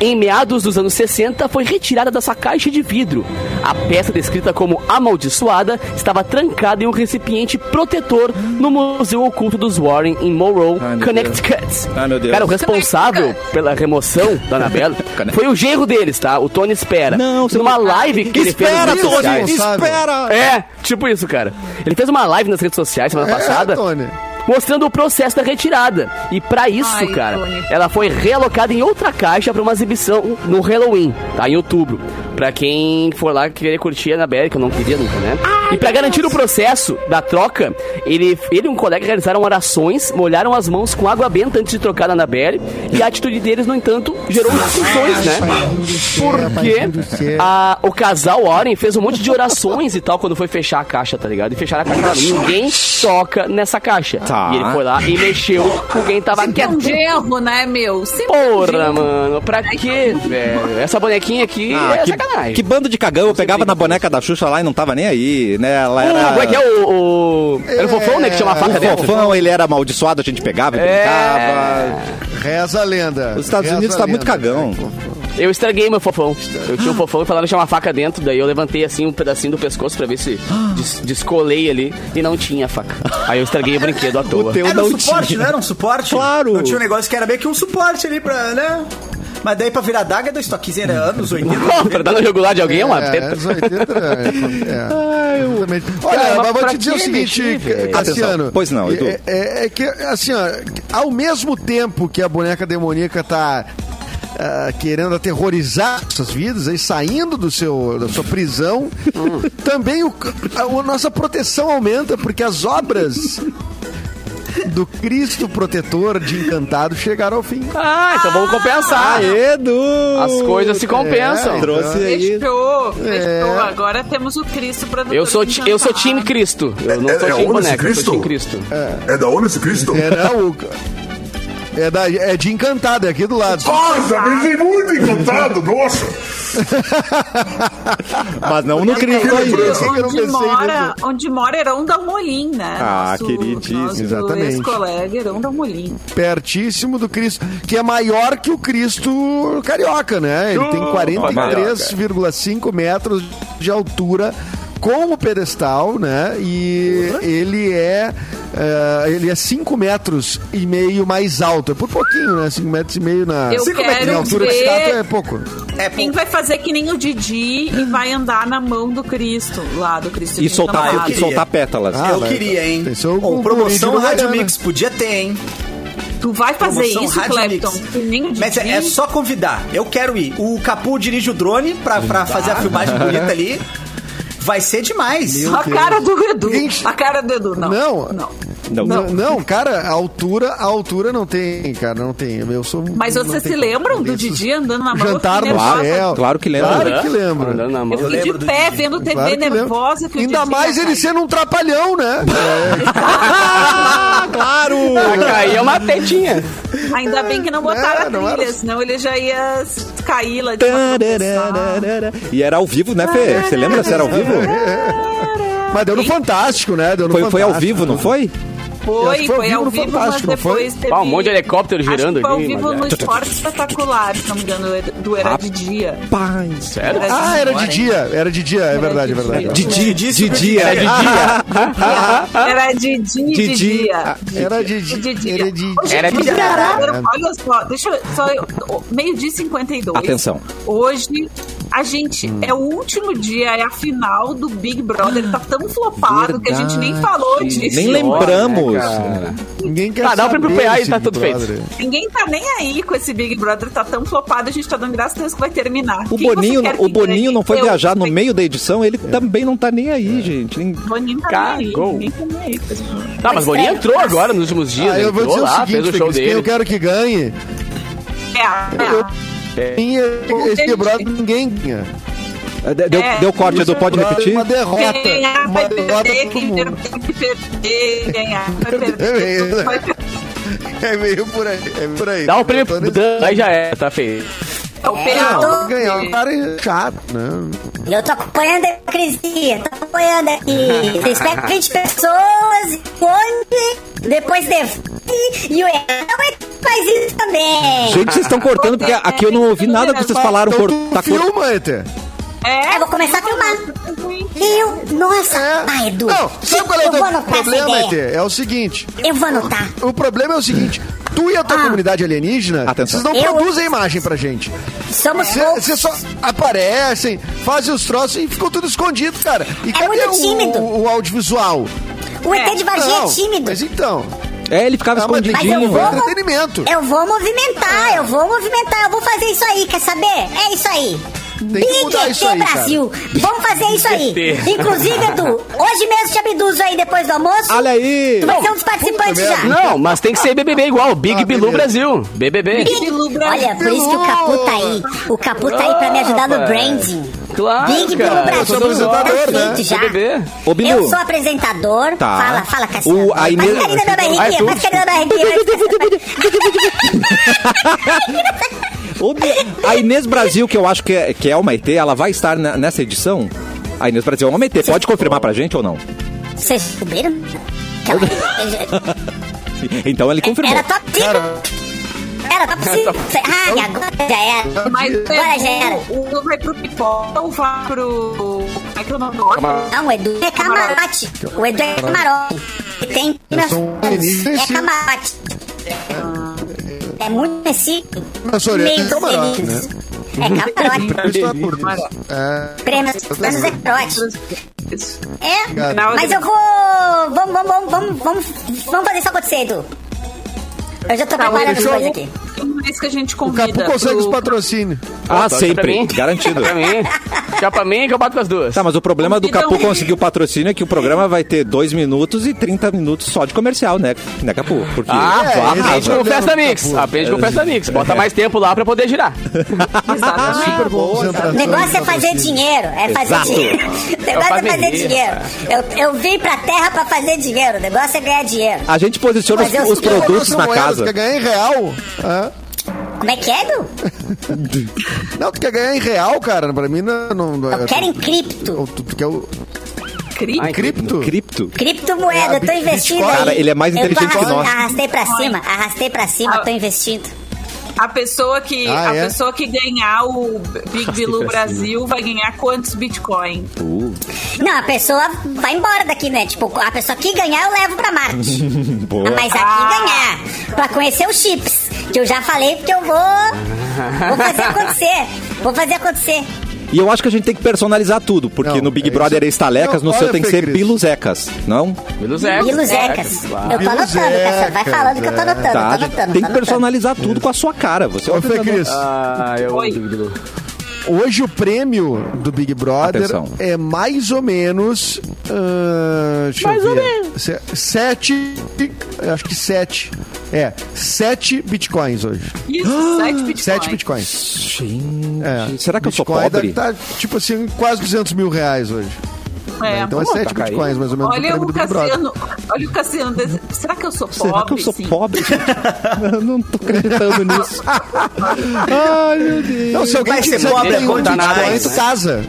[SPEAKER 7] em meados dos anos 60, foi retirada da sua caixa de vidro. A peça, descrita como amaldiçoada, estava trancada em um recipiente protetor no Museu Oculto dos Warren, em Monroe,
[SPEAKER 1] Ai, meu
[SPEAKER 7] Connecticut.
[SPEAKER 1] Ai, meu Deus.
[SPEAKER 7] Cara, o responsável pela remoção da Anabela foi o genro deles, tá? O Tony Espera.
[SPEAKER 1] Não, você
[SPEAKER 7] Numa
[SPEAKER 1] não-
[SPEAKER 7] live que ele fez nas
[SPEAKER 1] Espera,
[SPEAKER 7] redes
[SPEAKER 1] Tony!
[SPEAKER 7] sociais.
[SPEAKER 1] Espera!
[SPEAKER 7] É, tipo isso, cara. Ele fez uma live nas redes sociais semana
[SPEAKER 3] É,
[SPEAKER 7] passada.
[SPEAKER 3] Tony.
[SPEAKER 7] Mostrando o processo da retirada. E pra isso,
[SPEAKER 5] Ai,
[SPEAKER 7] cara,
[SPEAKER 5] Tony.
[SPEAKER 7] ela foi realocada em outra caixa pra uma exibição no Halloween, tá? Em outubro. Pra quem for lá querer curtir a Anabelle, que eu não queria nunca, né? e pra garantir o processo da troca, ele, ele e um colega realizaram orações, molharam as mãos com água benta antes de trocar a Anabelle. E a atitude deles, no entanto, gerou discussões, né? Porque a- o casal Warren fez um monte de orações e tal quando foi fechar a caixa, tá ligado? E fecharam a caixa. falaram, Ninguém toca nessa caixa.
[SPEAKER 1] Tá.
[SPEAKER 7] E ele foi lá e mexeu com quem tava
[SPEAKER 5] Sempre um
[SPEAKER 7] quieto.
[SPEAKER 5] gerro, né, meu? Sempre um
[SPEAKER 7] Porra,
[SPEAKER 5] gerro.
[SPEAKER 7] mano, pra quê, velho? Essa bonequinha aqui
[SPEAKER 1] Ah,
[SPEAKER 7] é
[SPEAKER 1] que,
[SPEAKER 7] sacanagem.
[SPEAKER 1] que bando de cagão. Eu pegava na boneca da Xuxa lá e não tava nem aí, né? Ela
[SPEAKER 7] Ah,
[SPEAKER 1] era...
[SPEAKER 7] Como é que é o. o... Era o fofão, É. né? Que tinha uma faca
[SPEAKER 1] O
[SPEAKER 7] dentro.
[SPEAKER 1] fofão, ele era amaldiçoado, a gente pegava e brincava.
[SPEAKER 3] Reza a lenda.
[SPEAKER 1] Os Estados
[SPEAKER 3] Reza
[SPEAKER 1] Unidos
[SPEAKER 3] a
[SPEAKER 1] tá
[SPEAKER 3] lenda.
[SPEAKER 1] muito cagão.
[SPEAKER 7] Eu estraguei meu fofão. Eu tinha um fofão e falaram que tinha uma faca dentro. Daí eu levantei assim um pedacinho do pescoço pra ver se des- descolei ali e não tinha a faca. Aí eu estraguei o brinquedo à toa.
[SPEAKER 1] teu
[SPEAKER 4] Era um
[SPEAKER 1] não
[SPEAKER 4] suporte,
[SPEAKER 1] tinha.
[SPEAKER 4] não era um suporte?
[SPEAKER 1] Claro.
[SPEAKER 4] Não tinha um negócio que era meio que um suporte ali pra, né? Mas daí pra virar daga, é dois toquezinhos, era anos 80.
[SPEAKER 7] Pô, pra dar no jogular de alguém é uma
[SPEAKER 3] É,
[SPEAKER 7] teta.
[SPEAKER 3] anos 80, é, é. Exatamente. Olha,
[SPEAKER 7] Cara,
[SPEAKER 3] mas
[SPEAKER 7] mas
[SPEAKER 3] vou
[SPEAKER 7] pra
[SPEAKER 3] te dizer o
[SPEAKER 7] que
[SPEAKER 3] seguinte,
[SPEAKER 7] mexer, velho?
[SPEAKER 3] Cassiano.
[SPEAKER 1] Atenção. Pois não, Edu.
[SPEAKER 3] É, é- é que, assim, ó, ao mesmo tempo que a boneca demoníaca tá ah, querendo aterrorizar essas vidas aí, saindo do seu, da sua prisão, também o, a, a nossa proteção aumenta, porque as obras do Cristo protetor de encantado chegaram ao fim.
[SPEAKER 7] Ah, então vamos compensar.
[SPEAKER 1] Edu!
[SPEAKER 7] As coisas
[SPEAKER 3] é.
[SPEAKER 7] se compensam.
[SPEAKER 1] Trouxe aí.
[SPEAKER 5] Fechou, fechou. Agora temos o Cristo pra
[SPEAKER 7] Eu sou, ti- eu sou time Cristo. Eu não
[SPEAKER 9] É-
[SPEAKER 7] sou time
[SPEAKER 9] é o Lúcio
[SPEAKER 7] boneca, eu
[SPEAKER 9] Cristo?
[SPEAKER 7] sou time Cristo.
[SPEAKER 9] É da onde esse Cristo?
[SPEAKER 3] É, não, o- é, da, é de encantado, é aqui do lado.
[SPEAKER 9] Nossa, me vi muito encantado, nossa!
[SPEAKER 1] Mas não no
[SPEAKER 9] Que
[SPEAKER 1] Cristo aí.
[SPEAKER 9] lembrança.
[SPEAKER 3] Eu não
[SPEAKER 5] Onde
[SPEAKER 3] pensei
[SPEAKER 5] mora,
[SPEAKER 3] nisso.
[SPEAKER 5] onde mora Herão Dalmolin, né?
[SPEAKER 1] Ah, queridíssimo.
[SPEAKER 5] nosso
[SPEAKER 3] Exatamente.
[SPEAKER 5] ex-colega Herão Dalmolin.
[SPEAKER 3] pertíssimo do Cristo, que é maior que o Cristo carioca, né? Ele tem 43,5 metros de altura com o pedestal, né? E ele é eh, ele é 5 metros e meio mais alto. É por pouquinho, né? 5 metros e meio na,
[SPEAKER 5] Eu
[SPEAKER 3] Cinco
[SPEAKER 5] quero
[SPEAKER 3] metros. na altura de
[SPEAKER 5] ver-
[SPEAKER 3] estátua é pouco.
[SPEAKER 5] Quem vai fazer que nem o Didi e vai andar na mão do Cristo, lá do Cristo.
[SPEAKER 1] E
[SPEAKER 5] de Natal.
[SPEAKER 1] soltar,
[SPEAKER 4] queria.
[SPEAKER 1] soltar pétalas.
[SPEAKER 3] Ah,
[SPEAKER 4] eu
[SPEAKER 3] vai,
[SPEAKER 4] queria, hein?
[SPEAKER 3] pensou
[SPEAKER 4] Ou
[SPEAKER 3] com
[SPEAKER 4] promoção
[SPEAKER 3] Curitiba
[SPEAKER 4] Rádio
[SPEAKER 1] né?
[SPEAKER 3] Baiana.
[SPEAKER 4] Mix, podia ter, hein?
[SPEAKER 5] Tu vai fazer
[SPEAKER 4] Promoção
[SPEAKER 5] isso,
[SPEAKER 4] Rádio
[SPEAKER 5] Clepton?
[SPEAKER 4] Mix.
[SPEAKER 5] Que nem o Didi.
[SPEAKER 4] Mas é, é só convidar. Eu quero ir. O Capu dirige o drone pra, pra fazer a filmagem bonita ali. Vai ser demais.
[SPEAKER 5] Só a cara do Edu.
[SPEAKER 3] Gente.
[SPEAKER 5] A cara do Edu, não.
[SPEAKER 3] Não.
[SPEAKER 1] Não.
[SPEAKER 3] Não, não, cara, a altura, a altura não tem, cara, não tem. Eu sou
[SPEAKER 5] Mas
[SPEAKER 3] não
[SPEAKER 5] vocês
[SPEAKER 3] tem
[SPEAKER 5] se
[SPEAKER 3] como.
[SPEAKER 5] lembram do
[SPEAKER 3] Isso-
[SPEAKER 5] Didi andando na mão? Eu
[SPEAKER 3] Jantar
[SPEAKER 5] fiquei
[SPEAKER 3] no
[SPEAKER 5] nervosa.
[SPEAKER 3] céu.
[SPEAKER 1] Claro que lembra.
[SPEAKER 3] Claro que lembro.
[SPEAKER 7] Andando na mão.
[SPEAKER 5] Eu fiquei
[SPEAKER 4] lembro do
[SPEAKER 5] de pé vendo TV
[SPEAKER 3] Claro que lembro.
[SPEAKER 5] nervosa. Que o
[SPEAKER 3] Ainda
[SPEAKER 5] Didi
[SPEAKER 3] mais
[SPEAKER 5] ia Ah,
[SPEAKER 3] ele
[SPEAKER 5] sair.
[SPEAKER 3] sendo um trapalhão, né?
[SPEAKER 1] Claro!
[SPEAKER 7] Aí é uma tetinha.
[SPEAKER 5] Ainda bem que não
[SPEAKER 3] É,
[SPEAKER 5] botaram
[SPEAKER 3] não
[SPEAKER 5] a
[SPEAKER 3] era-
[SPEAKER 5] trilha, senão ele já ia cair lá de uma tropeçada.
[SPEAKER 1] Tarararara. E era ao vivo, né, Fê? Você lembra se era ao vivo?
[SPEAKER 3] Mas deu no Fantástico, né? Deu no
[SPEAKER 1] Foi, foi ao
[SPEAKER 3] É Fantástico.
[SPEAKER 1] vivo, não foi?
[SPEAKER 3] acho
[SPEAKER 5] Foi,
[SPEAKER 3] que foi ao
[SPEAKER 5] foi
[SPEAKER 3] vivo
[SPEAKER 5] ao
[SPEAKER 3] no
[SPEAKER 5] vivo, mas
[SPEAKER 3] Fantástico, não foi?
[SPEAKER 5] depois teve...
[SPEAKER 7] Ah, um monte de helicóptero
[SPEAKER 5] Acho que
[SPEAKER 7] girando
[SPEAKER 5] foi ao
[SPEAKER 7] ali,
[SPEAKER 5] vivo
[SPEAKER 7] mas
[SPEAKER 5] no
[SPEAKER 7] é.
[SPEAKER 5] Esporte Espetacular, se não me engano, do Era de Dia.
[SPEAKER 1] Pai.
[SPEAKER 7] Sério?
[SPEAKER 5] Era
[SPEAKER 3] Ah,
[SPEAKER 5] de
[SPEAKER 3] era
[SPEAKER 5] dia.
[SPEAKER 3] de dia, era de dia, é verdade, é
[SPEAKER 5] de
[SPEAKER 3] verdade.
[SPEAKER 1] De dia, de
[SPEAKER 3] É
[SPEAKER 8] Era de
[SPEAKER 1] dia.
[SPEAKER 5] Era de dia, de
[SPEAKER 1] Didi.
[SPEAKER 5] dia.
[SPEAKER 3] Era de
[SPEAKER 5] De
[SPEAKER 3] dia.
[SPEAKER 5] dia.
[SPEAKER 3] Era de
[SPEAKER 5] Hoje é em
[SPEAKER 7] Era de
[SPEAKER 5] dia,
[SPEAKER 7] dia.
[SPEAKER 5] agora, Olha só, deixa eu. Só, eu- meio dia e 52.
[SPEAKER 1] Atenção. Hum.
[SPEAKER 5] Hoje, a gente. É o último dia, é a final do Big Brother. Tá tão flopado que a gente nem falou
[SPEAKER 3] é.
[SPEAKER 5] disso.
[SPEAKER 1] Nem lembramos.
[SPEAKER 3] Ninguém quer
[SPEAKER 7] Tá, dá o
[SPEAKER 3] saber
[SPEAKER 7] próprio PA e
[SPEAKER 3] esse
[SPEAKER 7] tá
[SPEAKER 3] Big
[SPEAKER 7] tudo feito.
[SPEAKER 3] Brother.
[SPEAKER 5] Ninguém tá nem aí com esse Big Brother, tá tão flopado, a gente tá dando graças a Deus que vai terminar.
[SPEAKER 1] O
[SPEAKER 5] Quem você
[SPEAKER 1] Boninho,
[SPEAKER 5] quer
[SPEAKER 1] o
[SPEAKER 5] que ganhe?
[SPEAKER 1] Boninho não foi
[SPEAKER 5] Eu-
[SPEAKER 1] viajar no meio da edição, ele também não tá nem aí, gente. Nem-
[SPEAKER 5] O Boninho tá nem aí,
[SPEAKER 7] Cagou.
[SPEAKER 5] ninguém tá nem aí com esse Big Brother.
[SPEAKER 7] Tá, mas o Boninho entrou agora nos últimos dias.
[SPEAKER 3] Ah,
[SPEAKER 7] ele
[SPEAKER 3] eu vou
[SPEAKER 7] entrou lá,
[SPEAKER 3] dizer o
[SPEAKER 7] fez
[SPEAKER 3] seguinte,
[SPEAKER 7] o show
[SPEAKER 3] Felipe, quem eu
[SPEAKER 7] dele.
[SPEAKER 3] quero que ganhe.
[SPEAKER 5] É, é.
[SPEAKER 3] Sim, Esse Big
[SPEAKER 5] Gente.
[SPEAKER 3] Brother ninguém ganha.
[SPEAKER 1] Deu, deu, deu corte do pode repetir?
[SPEAKER 3] Uma derrota.
[SPEAKER 5] Quem é ganhar
[SPEAKER 3] Uma
[SPEAKER 5] vai
[SPEAKER 3] derrota
[SPEAKER 5] perder,
[SPEAKER 3] pra todo
[SPEAKER 5] quem
[SPEAKER 3] mundo.
[SPEAKER 5] perder, quem ganhar vai
[SPEAKER 3] Também, né?
[SPEAKER 5] perder. Vai perder.
[SPEAKER 3] É meio por aí. É por aí.
[SPEAKER 7] Dá o prêmio
[SPEAKER 3] Eu tô
[SPEAKER 7] pro
[SPEAKER 3] nesse-
[SPEAKER 7] Dan,
[SPEAKER 1] né?
[SPEAKER 7] aí já é, tá feio.
[SPEAKER 5] É o
[SPEAKER 6] Não,
[SPEAKER 5] penal.
[SPEAKER 3] Não, ganhar um cara é chato,
[SPEAKER 1] Tá
[SPEAKER 3] né?
[SPEAKER 6] E eu tô acompanhando a hipocrisia, tô acompanhando aqui. Vocês pegam 20 pessoas, esconde, depois devolve, e o Elton é que faz isso também.
[SPEAKER 1] Gente, vocês estão cortando, porque aqui eu não ouvi nada que vocês falaram.
[SPEAKER 3] Então
[SPEAKER 1] Cor,
[SPEAKER 3] tu
[SPEAKER 1] tá cor-
[SPEAKER 3] filma, Eter.
[SPEAKER 6] É, vou começar a filmar. Eu, nossa, ah, Edu.
[SPEAKER 3] É. Não, sabe qual é
[SPEAKER 6] eu
[SPEAKER 3] o
[SPEAKER 6] vou
[SPEAKER 3] teu
[SPEAKER 6] anotar essa
[SPEAKER 3] problema,
[SPEAKER 6] ideia.
[SPEAKER 3] Eter? É o seguinte.
[SPEAKER 6] Eu vou anotar.
[SPEAKER 3] O problema é o seguinte. Tu e a tua
[SPEAKER 6] Ah.
[SPEAKER 3] comunidade alienígena,
[SPEAKER 1] Atenção.
[SPEAKER 3] vocês não
[SPEAKER 6] Eu- Tá
[SPEAKER 3] produzem a imagem pra gente.
[SPEAKER 6] Somos poucos.
[SPEAKER 3] Vocês só aparecem, fazem os troços e ficou tudo escondido, cara. E cadê
[SPEAKER 6] É muito
[SPEAKER 3] o-
[SPEAKER 6] tímido.
[SPEAKER 3] o, o audiovisual?
[SPEAKER 6] O ET de Varginha é
[SPEAKER 3] Não,
[SPEAKER 6] tímido.
[SPEAKER 3] Mas então,
[SPEAKER 1] É, ele ficava
[SPEAKER 3] Ah, mas-
[SPEAKER 6] Tá, Mas eu
[SPEAKER 1] escondidinho.
[SPEAKER 6] vou.
[SPEAKER 1] né?
[SPEAKER 3] entretenimento.
[SPEAKER 6] Eu vou movimentar, eu vou movimentar, eu vou fazer isso aí, quer saber? É isso aí.
[SPEAKER 3] Tem que
[SPEAKER 6] Big
[SPEAKER 3] mudar
[SPEAKER 6] ET
[SPEAKER 3] isso aí, cara.
[SPEAKER 6] Brasil. Vamos fazer isso aí.
[SPEAKER 7] ET.
[SPEAKER 6] Inclusive, Edu, hoje mesmo te abduzo aí depois do almoço.
[SPEAKER 1] Olha aí!
[SPEAKER 6] Tu vai ser um dos participantes já.
[SPEAKER 7] Não, mas tem que ser BBB igual, Big
[SPEAKER 3] Ah,
[SPEAKER 7] Bilu
[SPEAKER 3] beleza.
[SPEAKER 7] Brasil. BBB.
[SPEAKER 6] Big- Olha, por isso que o Capu tá aí. O Capu tá aí pra me ajudar no branding.
[SPEAKER 7] Claro,
[SPEAKER 6] Big Bilu
[SPEAKER 7] cara.
[SPEAKER 6] Brasil.
[SPEAKER 3] eu sou apresentador, né?
[SPEAKER 6] Perfeito já.
[SPEAKER 7] BBB.
[SPEAKER 1] Ô, Bilu.
[SPEAKER 6] Eu sou apresentador.
[SPEAKER 1] Tá.
[SPEAKER 6] Fala, fala, Cassiano.
[SPEAKER 1] O- a Inês-
[SPEAKER 6] Vai ficar ali na minha barriguinha, vai ficar ali na barriguinha.
[SPEAKER 1] Ô, Bi- A Inês Brasil, que eu acho que é, que é uma ET, ela vai estar na- nessa edição? A Inês Brasil é uma ET. Pode confirmar pra gente ou não?
[SPEAKER 6] Vocês descobriram? Que ela-
[SPEAKER 1] Então ele confirmou.
[SPEAKER 6] Era top 5. Era top 5. Ah, e agora já
[SPEAKER 3] é
[SPEAKER 6] era.
[SPEAKER 5] Mas
[SPEAKER 6] Agora já era.
[SPEAKER 5] o o Edu vai pro pipoca ou vai pro. Como é que é o nome do outro?
[SPEAKER 6] Não, o Edu é camarote. O Edu é camarote. Ele Tem
[SPEAKER 3] Eu sou um menino
[SPEAKER 6] É
[SPEAKER 3] conhecido.
[SPEAKER 6] camarote. É muito conhecido.
[SPEAKER 3] Mas, Soraya, Então,
[SPEAKER 6] Meio
[SPEAKER 3] tem é camarote, né?
[SPEAKER 6] feliz. É camarote.
[SPEAKER 3] isso tá curto. É,
[SPEAKER 6] Prêmio Prêmios é camarote.
[SPEAKER 5] Isso.
[SPEAKER 6] É,
[SPEAKER 3] Cara.
[SPEAKER 6] mas eu vou. Vamos, vamos, vamos, vamos, vamos, vamos fazer isso acontecer, Edu. Eu já tô
[SPEAKER 3] Tá,
[SPEAKER 6] preparando as
[SPEAKER 3] fechou.
[SPEAKER 6] coisas aqui.
[SPEAKER 5] Tem mais que a gente
[SPEAKER 3] o Capu
[SPEAKER 5] convida.
[SPEAKER 3] consegue os
[SPEAKER 5] pro-
[SPEAKER 3] patrocínios.
[SPEAKER 1] Ah,
[SPEAKER 7] Toca pra
[SPEAKER 1] sempre.
[SPEAKER 7] mim.
[SPEAKER 1] Garantido.
[SPEAKER 7] Pra mim. Já pra mim que eu bato com as duas.
[SPEAKER 1] Tá, mas o problema do
[SPEAKER 5] Então-
[SPEAKER 1] Capu conseguir o patrocínio é que o programa vai ter 2 minutos e 30 minutos só de comercial, né, né Capu? Porque
[SPEAKER 7] Ah,
[SPEAKER 1] tu arrasa.
[SPEAKER 7] é,
[SPEAKER 1] tá
[SPEAKER 7] aprende com o Festa Mix. Aprende
[SPEAKER 1] É,
[SPEAKER 7] com o Festa Mix. Bota mais tempo lá pra poder girar.
[SPEAKER 3] Ah,
[SPEAKER 5] Exatamente.
[SPEAKER 6] O negócio é fazer dinheiro. É fazer
[SPEAKER 1] Exato.
[SPEAKER 6] dinheiro. O negócio é
[SPEAKER 7] fazer
[SPEAKER 6] fazer
[SPEAKER 7] dinheiro,
[SPEAKER 6] dinheiro.
[SPEAKER 1] é.
[SPEAKER 6] Eu, eu vim pra terra pra fazer dinheiro. O negócio é ganhar dinheiro.
[SPEAKER 1] A gente posiciona os,
[SPEAKER 6] Mas eu
[SPEAKER 1] os
[SPEAKER 6] sei que é eu
[SPEAKER 1] produtos na
[SPEAKER 3] Tu quer
[SPEAKER 1] casa.
[SPEAKER 3] ganhar em real? Hã?
[SPEAKER 6] Como é que é, Edu?
[SPEAKER 3] Não, tu quer ganhar em real, cara? Pra mim não. não, não-
[SPEAKER 6] Eu quero em cripto.
[SPEAKER 3] Ou tu, tu quer o é? Ah,
[SPEAKER 5] Cri-
[SPEAKER 3] cripto?
[SPEAKER 1] é Cripto.
[SPEAKER 6] Criptomoeda,
[SPEAKER 3] É, a
[SPEAKER 6] eu tô
[SPEAKER 3] Bit-
[SPEAKER 6] investindo
[SPEAKER 3] Bitcoin.
[SPEAKER 6] aí.
[SPEAKER 1] Cara, ele é mais
[SPEAKER 6] Eu
[SPEAKER 1] inteligente que
[SPEAKER 6] arras-
[SPEAKER 1] nós.
[SPEAKER 6] Arrastei pra cima, arrastei pra cima,
[SPEAKER 5] Ah.
[SPEAKER 6] tô investindo.
[SPEAKER 5] A pessoa que,
[SPEAKER 3] Ah,
[SPEAKER 5] a
[SPEAKER 3] é?
[SPEAKER 5] pessoa que ganhar o Big Bilu
[SPEAKER 7] que
[SPEAKER 5] Brasil vai ganhar quantos Bitcoin?
[SPEAKER 6] Não, a pessoa vai embora daqui, né? Tipo, a pessoa que ganhar, eu levo pra Marte.
[SPEAKER 1] Boa.
[SPEAKER 6] Mas aqui
[SPEAKER 5] Ah.
[SPEAKER 6] ganhar, pra conhecer os chips. Que eu já falei, porque eu vou... Vou fazer acontecer. Vou fazer acontecer.
[SPEAKER 1] E eu acho que a gente tem que personalizar tudo, porque
[SPEAKER 3] Não,
[SPEAKER 1] no Big
[SPEAKER 3] é
[SPEAKER 1] Brother
[SPEAKER 3] isso.
[SPEAKER 1] é estalecas,
[SPEAKER 3] Não,
[SPEAKER 1] no seu
[SPEAKER 3] olha,
[SPEAKER 1] tem que
[SPEAKER 3] Fê
[SPEAKER 1] ser
[SPEAKER 3] Cris.
[SPEAKER 1] biluzecas, não?
[SPEAKER 7] Biluzecas.
[SPEAKER 6] Biluzecas. Eu tô
[SPEAKER 3] Biluzecas,
[SPEAKER 6] anotando, Cassiano. Vai falando que eu tô anotando,
[SPEAKER 1] Tá,
[SPEAKER 6] eu tô anotando.
[SPEAKER 1] tem
[SPEAKER 6] tô
[SPEAKER 1] que
[SPEAKER 6] anotando.
[SPEAKER 1] personalizar tudo com a sua cara. Você é
[SPEAKER 3] Ô,
[SPEAKER 1] uma
[SPEAKER 3] Fê
[SPEAKER 1] pessoa-
[SPEAKER 3] Cris,
[SPEAKER 7] Ah, eu
[SPEAKER 5] Oi.
[SPEAKER 7] amo Big Bilu.
[SPEAKER 3] hoje o prêmio do Big Brother
[SPEAKER 1] Atenção.
[SPEAKER 3] é mais ou menos. ah, deixa mais eu ver. ou menos. Sete. eu Acho que sete. É, sete bitcoins hoje.
[SPEAKER 5] Isso, 7 Bitcoin.
[SPEAKER 3] Ah, Sete bitcoins.
[SPEAKER 1] Gente,
[SPEAKER 3] É.
[SPEAKER 1] será que eu sou
[SPEAKER 3] Bitcoin
[SPEAKER 1] pobre?
[SPEAKER 3] deve Tá, tipo assim, quase 200 mil reais hoje.
[SPEAKER 5] É.
[SPEAKER 3] Então é 7
[SPEAKER 1] tá
[SPEAKER 3] bitcoins, mais ou menos.
[SPEAKER 5] Olha
[SPEAKER 3] prêmio
[SPEAKER 5] o
[SPEAKER 3] do Big Brother.
[SPEAKER 5] Cassiano. Olha o Cassiano. desse- Será que eu sou pobre?
[SPEAKER 1] Será que eu sou
[SPEAKER 5] Sim.
[SPEAKER 1] pobre? eu não tô acreditando nisso.
[SPEAKER 3] Não, se alguém
[SPEAKER 8] Vai
[SPEAKER 3] te
[SPEAKER 8] ser
[SPEAKER 3] disser
[SPEAKER 8] pobre,
[SPEAKER 3] que tem
[SPEAKER 8] é
[SPEAKER 3] um
[SPEAKER 8] conta
[SPEAKER 3] bitcoin,
[SPEAKER 8] nada,
[SPEAKER 3] tu
[SPEAKER 8] né?
[SPEAKER 3] casa.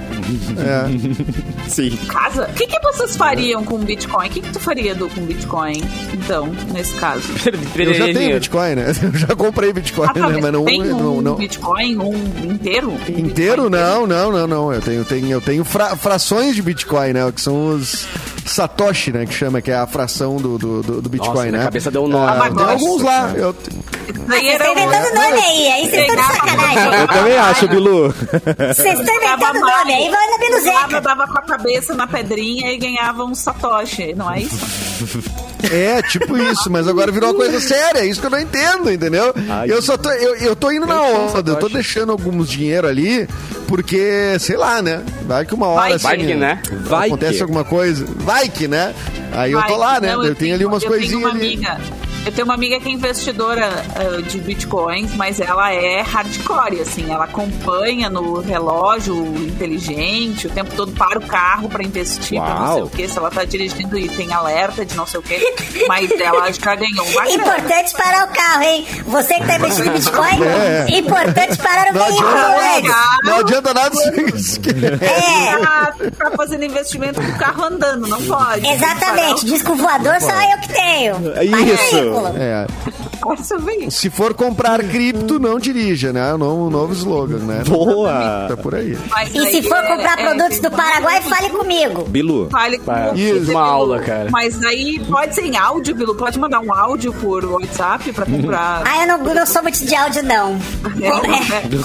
[SPEAKER 1] Sim.
[SPEAKER 5] Casa? O que, que vocês fariam com Bitcoin? O que, que tu faria, Edu, com Bitcoin, então, nesse caso?
[SPEAKER 1] tipo,
[SPEAKER 3] Eu já tenho Bitcoin, né? Eu já comprei Bitcoin,
[SPEAKER 5] Ah, tá,
[SPEAKER 3] né? Mas não,
[SPEAKER 5] tem um
[SPEAKER 3] não, não.
[SPEAKER 5] Bitcoin, um inteiro? Um
[SPEAKER 3] Inteiro?
[SPEAKER 5] Bitcoin
[SPEAKER 3] Não, não, não, não. Eu tenho, tenho, eu tenho fra- frações de Bitcoin, né? Que são os Satoshi, né? Que chama, que é a fração do, do, do- do Bitcoin,
[SPEAKER 7] Nossa,
[SPEAKER 3] né?
[SPEAKER 7] minha cabeça deu um nó.
[SPEAKER 3] Ah,
[SPEAKER 5] Ah, mas
[SPEAKER 3] tem
[SPEAKER 5] nossa,
[SPEAKER 3] alguns lá. Eu,
[SPEAKER 5] Daí
[SPEAKER 6] Vocês
[SPEAKER 5] era um-
[SPEAKER 6] estão inventando nome aí, aí vocês estão de sacanagem.
[SPEAKER 1] Eu também
[SPEAKER 5] Ah,
[SPEAKER 1] acho, Bilu.
[SPEAKER 6] Vocês estão inventando
[SPEAKER 5] mais.
[SPEAKER 6] nome aí, vai na Bino
[SPEAKER 5] Dava,
[SPEAKER 6] Zeca.
[SPEAKER 5] dava com a cabeça na pedrinha e ganhava um satoshi, não é isso?
[SPEAKER 3] É, tipo isso, mas agora virou uma coisa séria, é isso que eu não entendo, entendeu? eu só tô, eu, eu tô indo na
[SPEAKER 1] um
[SPEAKER 3] onda, eu tô deixando alguns dinheiro ali, porque, sei lá, né? Vai que uma hora assim,
[SPEAKER 5] Vai que,
[SPEAKER 7] Vai que, né?
[SPEAKER 1] Vai
[SPEAKER 3] acontece
[SPEAKER 1] que.
[SPEAKER 3] alguma coisa, vai que, né? Aí eu
[SPEAKER 5] Vai,
[SPEAKER 3] tô lá, né?
[SPEAKER 5] não,
[SPEAKER 3] eu, tenho ali umas
[SPEAKER 5] eu
[SPEAKER 3] coisinhas
[SPEAKER 5] Tenho uma
[SPEAKER 3] ali.
[SPEAKER 5] amiga, eu tenho uma amiga que é investidora ah, de bitcoins, mas ela é hardcore, assim. Ela acompanha no relógio inteligente, o tempo todo para o carro para investir, pra não sei
[SPEAKER 1] Uau.
[SPEAKER 5] o que. Se ela tá dirigindo e tem alerta de não sei o que. Mas ela já ganhou uma grana.
[SPEAKER 6] Importante parar o carro, hein? Você que tá investindo em Bitcoin,
[SPEAKER 3] É.
[SPEAKER 6] importante parar o
[SPEAKER 3] Não
[SPEAKER 6] veículo
[SPEAKER 3] adianta
[SPEAKER 6] antes.
[SPEAKER 3] nada, não adianta nada se- se querer.
[SPEAKER 6] É,
[SPEAKER 5] Ela tá fazendo investimento do carro andando, não pode.
[SPEAKER 6] É, exatamente. Disco voador só eu que tenho. Mas
[SPEAKER 1] Isso.
[SPEAKER 6] veículo.
[SPEAKER 3] É,
[SPEAKER 5] Nossa, vem.
[SPEAKER 3] se for comprar cripto, não dirija, né? É um novo, um novo slogan, né?
[SPEAKER 1] Boa.
[SPEAKER 3] Tá por aí.
[SPEAKER 5] Mas
[SPEAKER 6] E
[SPEAKER 5] aí
[SPEAKER 6] se for
[SPEAKER 5] é-
[SPEAKER 6] comprar
[SPEAKER 5] é-
[SPEAKER 6] produtos do Paraguai, fale comigo.
[SPEAKER 1] Bilu.
[SPEAKER 5] Fale com
[SPEAKER 7] Ah,
[SPEAKER 5] você,
[SPEAKER 7] fiz uma
[SPEAKER 5] Bilu.
[SPEAKER 7] aula, cara.
[SPEAKER 5] Mas aí pode ser em áudio, Bilu. Pode mandar um áudio por WhatsApp pra
[SPEAKER 7] Uhum.
[SPEAKER 5] né, comprar.
[SPEAKER 6] Ah, eu não, não sou muito de áudio, não. É.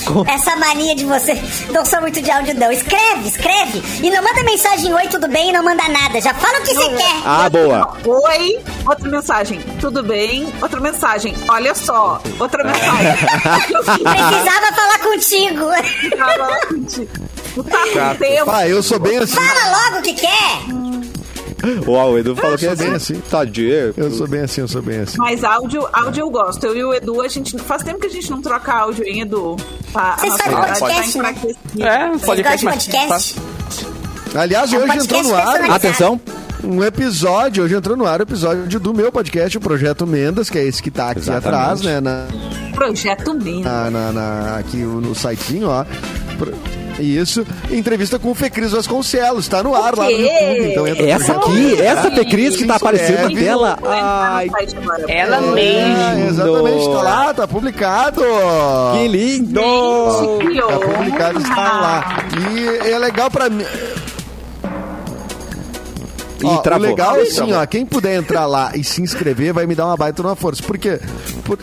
[SPEAKER 1] Com-
[SPEAKER 6] Essa mania de você. Não sou muito de áudio, não. Escreve, escreve. E não manda mensagem oi, tudo bem, e não manda nada. Já fala o que você quer.
[SPEAKER 1] Ah, boa.
[SPEAKER 5] Oi, outra mensagem. Tudo bem? Outra mensagem. Olha só, outra mensagem.
[SPEAKER 6] Precisava falar contigo.
[SPEAKER 5] Cara, gente, não tá com tempo.
[SPEAKER 3] Ah, eu sou bem assim.
[SPEAKER 6] Fala logo o que quer.
[SPEAKER 1] Uau, o Edu falou que é
[SPEAKER 3] sou bem
[SPEAKER 1] assim.
[SPEAKER 3] assim.
[SPEAKER 1] Tadinho.
[SPEAKER 3] Eu sou bem assim, eu sou bem assim.
[SPEAKER 5] Mas áudio, áudio eu gosto. Eu e o Edu, a gente faz tempo que a gente não troca áudio, hein, Edu? Tá, a
[SPEAKER 6] Vocês
[SPEAKER 5] nossa
[SPEAKER 6] fazem
[SPEAKER 5] amizade
[SPEAKER 6] podcast, né?
[SPEAKER 5] enfraquecida.
[SPEAKER 7] É,
[SPEAKER 6] Você gosta de
[SPEAKER 7] mas-
[SPEAKER 6] podcast?
[SPEAKER 3] Aliás,
[SPEAKER 6] É um
[SPEAKER 3] hoje
[SPEAKER 6] podcast
[SPEAKER 3] entrou no ar
[SPEAKER 6] personalizado.
[SPEAKER 1] Atenção.
[SPEAKER 3] um episódio, hoje entrou no ar o episódio do meu podcast, o Projeto Mendas, que é esse que tá aqui
[SPEAKER 1] Exatamente.
[SPEAKER 3] atrás, né? Na,
[SPEAKER 5] É um Projeto
[SPEAKER 7] Ah,
[SPEAKER 5] Mendes.
[SPEAKER 3] na- na- na- aqui no sitezinho, ó. Pro- Isso, entrevista com o Fecris Vasconcelos, tá no ar lá no
[SPEAKER 5] quê?
[SPEAKER 3] YouTube. Então entra no
[SPEAKER 1] Essa
[SPEAKER 3] Projeto
[SPEAKER 1] aqui,
[SPEAKER 3] Mendas.
[SPEAKER 1] essa Fecris que tá
[SPEAKER 7] é.
[SPEAKER 1] aparecendo na
[SPEAKER 3] Inscreve.
[SPEAKER 1] tela.
[SPEAKER 5] Vai entrar
[SPEAKER 1] Ai,
[SPEAKER 5] no site agora.
[SPEAKER 7] Ela mesmo.
[SPEAKER 3] É, exatamente, tá lá, tá publicado. Ah.
[SPEAKER 1] que lindo.
[SPEAKER 5] Gente, que
[SPEAKER 3] Tá
[SPEAKER 5] honra.
[SPEAKER 3] publicado, está lá. E é legal pra mim. Ó,
[SPEAKER 1] Ih, travou.
[SPEAKER 3] O legal é assim,
[SPEAKER 1] Travou.
[SPEAKER 3] ó, quem puder entrar lá e se inscrever vai me dar uma baita numa força. Por quê? Por...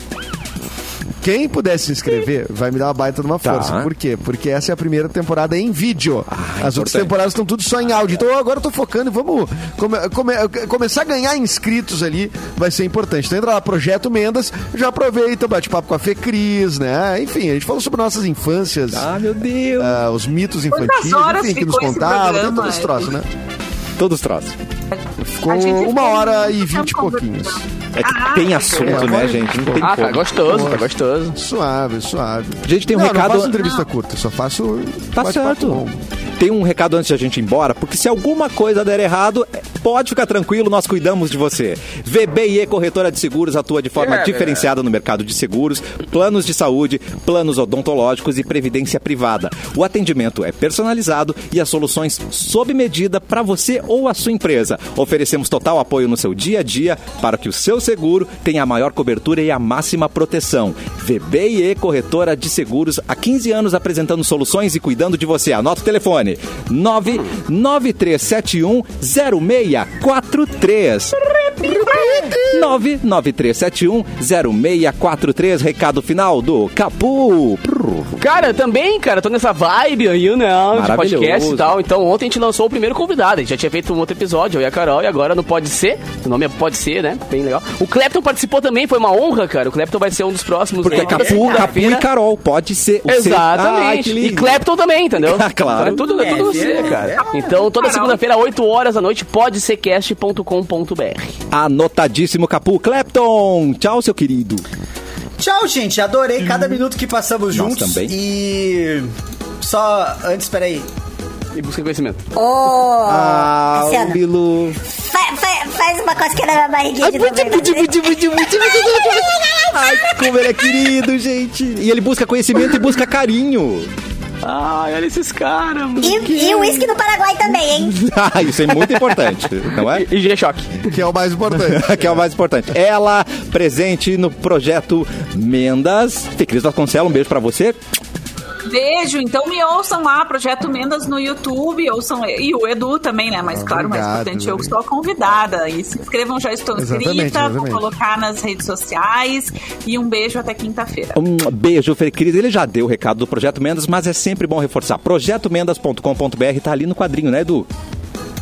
[SPEAKER 3] Quem puder se inscrever vai me dar uma baita numa
[SPEAKER 1] Tá.
[SPEAKER 3] força. Por quê? Porque essa é a primeira temporada em vídeo.
[SPEAKER 1] Ah,
[SPEAKER 3] As outras temporadas estão tudo só em áudio. Então agora eu tô focando e vamos come- come- começar a ganhar inscritos ali, vai ser importante. Então entra lá, Projeto Mendas, já aproveita, bate papo com a Fê Cris, né? Enfim, a gente falou sobre nossas infâncias.
[SPEAKER 1] Ah, meu Deus.
[SPEAKER 3] Ah, os mitos infantis,
[SPEAKER 5] horas
[SPEAKER 3] enfim, que nos
[SPEAKER 5] ficou esse
[SPEAKER 3] contavam, tem
[SPEAKER 5] programa,
[SPEAKER 3] todos os
[SPEAKER 5] é?
[SPEAKER 3] troços, né?
[SPEAKER 1] Todos os troços.
[SPEAKER 3] Ficou
[SPEAKER 5] A gente
[SPEAKER 3] uma
[SPEAKER 5] ficou
[SPEAKER 3] hora
[SPEAKER 5] muito
[SPEAKER 3] e
[SPEAKER 5] tempo
[SPEAKER 3] vinte e pouquinhos.
[SPEAKER 1] É que
[SPEAKER 5] Ah,
[SPEAKER 1] tem assunto,
[SPEAKER 3] é.
[SPEAKER 1] né, gente? Não tem
[SPEAKER 7] Ah, tá
[SPEAKER 1] como.
[SPEAKER 7] gostoso, tá gostoso.
[SPEAKER 3] Suave, suave.
[SPEAKER 1] Gente, tem um
[SPEAKER 3] não,
[SPEAKER 1] recado-
[SPEAKER 3] Não faço entrevista curta, só faço.
[SPEAKER 1] Tá
[SPEAKER 3] bate-papo
[SPEAKER 1] certo.
[SPEAKER 3] bom.
[SPEAKER 1] Tem um recado antes de a gente ir embora, porque se alguma coisa der errado, eh, pode ficar tranquilo, nós cuidamos de você. VBIE Corretora de Seguros atua de forma diferenciada no mercado de seguros, planos de saúde, planos odontológicos e previdência privada. O atendimento é personalizado e as soluções sob medida para você ou a sua empresa. Oferecemos total apoio no seu dia a dia para que o seu seguro tenha a maior cobertura e a máxima proteção. VBIE Corretora de Seguros, há 15 anos apresentando soluções e cuidando de você. Anota o telefone: 993710643. 993710643. Recado final do Capu.
[SPEAKER 7] Cara, também, cara, tô nessa vibe aí, né? De
[SPEAKER 1] Maravilhoso.
[SPEAKER 7] podcast e tal. Então, ontem a gente lançou o primeiro convidado. A gente já tinha feito um outro episódio, eu e a Carol, e agora no Pode Ser. O nome é Pode Ser, né? Bem legal. O Clepton participou também, foi uma honra, cara. O Clepton vai ser um dos próximos.
[SPEAKER 1] Porque é
[SPEAKER 7] né?
[SPEAKER 1] Capu, Capu e
[SPEAKER 7] Quinta-feira.
[SPEAKER 1] Carol. Pode ser o C. Ai,
[SPEAKER 7] Exatamente.
[SPEAKER 1] que
[SPEAKER 7] e
[SPEAKER 1] lindo.
[SPEAKER 7] Clapton também, entendeu?
[SPEAKER 1] Ah, claro.
[SPEAKER 7] Então é tudo, é tudo você, cara. Então, toda segunda-feira, 8 horas da noite, pode ser cast.com.br.
[SPEAKER 1] Anotadíssimo Capu. Clapton. Tchau, seu querido.
[SPEAKER 8] Tchau, gente. Adorei cada minuto que passamos
[SPEAKER 1] Nós
[SPEAKER 8] juntos.
[SPEAKER 1] também.
[SPEAKER 8] E. Só antes, peraí.
[SPEAKER 7] E busca conhecimento.
[SPEAKER 6] Ô,
[SPEAKER 1] Ah,
[SPEAKER 6] Luciano,
[SPEAKER 1] Bilu.
[SPEAKER 6] fa- fa- faz uma cosquinha na minha barriguinha de novo.
[SPEAKER 1] Ai, como ele é querido, gente. E ele busca conhecimento e busca carinho.
[SPEAKER 7] Ai, olha esses caras, mano.
[SPEAKER 6] E, e o uísque do Paraguai também, hein?
[SPEAKER 1] Ah, isso é muito importante, não é?
[SPEAKER 7] E G-Shock.
[SPEAKER 3] que é o mais importante.
[SPEAKER 1] que é o mais importante. Ela presente no projeto Mendas. Cris Vasconcelos, um beijo pra você.
[SPEAKER 5] Beijo, então me ouçam lá, Projeto Mendas no YouTube, ouçam e o Edu também, né? Mas claro, mais
[SPEAKER 3] Obrigado,
[SPEAKER 5] importante, eu que estou convidada. E se inscrevam, já estou inscrita,
[SPEAKER 3] Exatamente,
[SPEAKER 5] vou
[SPEAKER 3] exatamente.
[SPEAKER 5] colocar nas redes sociais. E um beijo até quinta-feira.
[SPEAKER 1] Um beijo, Fê Cris. Ele já deu o recado do Projeto Mendas, mas é sempre bom reforçar. Projetomendas.com.br tá ali no quadrinho, né, Edu?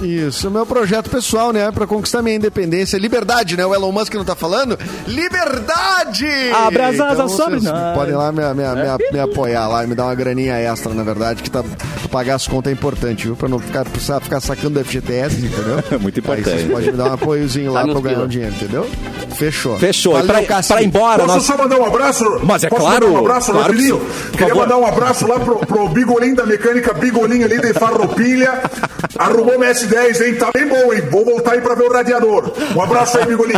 [SPEAKER 3] Isso, meu projeto pessoal, né? Pra conquistar minha independência. Liberdade, né? O Elon Musk não tá falando? Liberdade! Então
[SPEAKER 1] Abra Ah, as asas
[SPEAKER 3] vocês
[SPEAKER 1] sobre nós.
[SPEAKER 3] Podem lá me, me- me- me apoiar lá e me dar uma graninha extra, na verdade, que tá, pagar as contas é importante, viu? Pra não ficar, precisar ficar sacando FGTS, entendeu?
[SPEAKER 1] É muito importante.
[SPEAKER 3] Aí vocês podem me dar um apoiozinho lá
[SPEAKER 7] Tá
[SPEAKER 3] pra
[SPEAKER 7] nos
[SPEAKER 3] eu ganhar
[SPEAKER 7] pila.
[SPEAKER 3] um dinheiro, entendeu? Fechou.
[SPEAKER 1] Fechou. E
[SPEAKER 3] Valeu,
[SPEAKER 1] pra,
[SPEAKER 3] Cassi.
[SPEAKER 1] pra ir embora,
[SPEAKER 9] Posso
[SPEAKER 1] nós...
[SPEAKER 9] só mandar um abraço?
[SPEAKER 1] Mas é
[SPEAKER 9] Posso
[SPEAKER 1] claro,
[SPEAKER 9] mandar um abraço
[SPEAKER 1] claro que
[SPEAKER 9] rapidinho?
[SPEAKER 1] sim. Por
[SPEAKER 9] Queria
[SPEAKER 1] favor.
[SPEAKER 9] mandar um abraço lá pro, pro Bigolim da mecânica, Bigolim ali de Farroupilha. Arrumou uma S10, hein? Tá bem bom, hein? Vou voltar aí pra ver o radiador. Um abraço aí, Bigolim.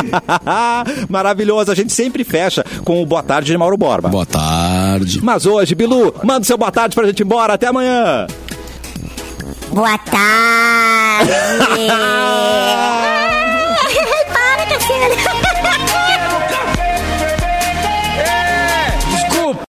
[SPEAKER 1] Maravilhoso. A gente sempre fecha com o Boa Tarde de Mauro Borba.
[SPEAKER 10] Boa tarde.
[SPEAKER 1] Mas hoje, Bilu, manda o seu boa tarde pra gente ir embora. Até amanhã.
[SPEAKER 6] Boa tarde!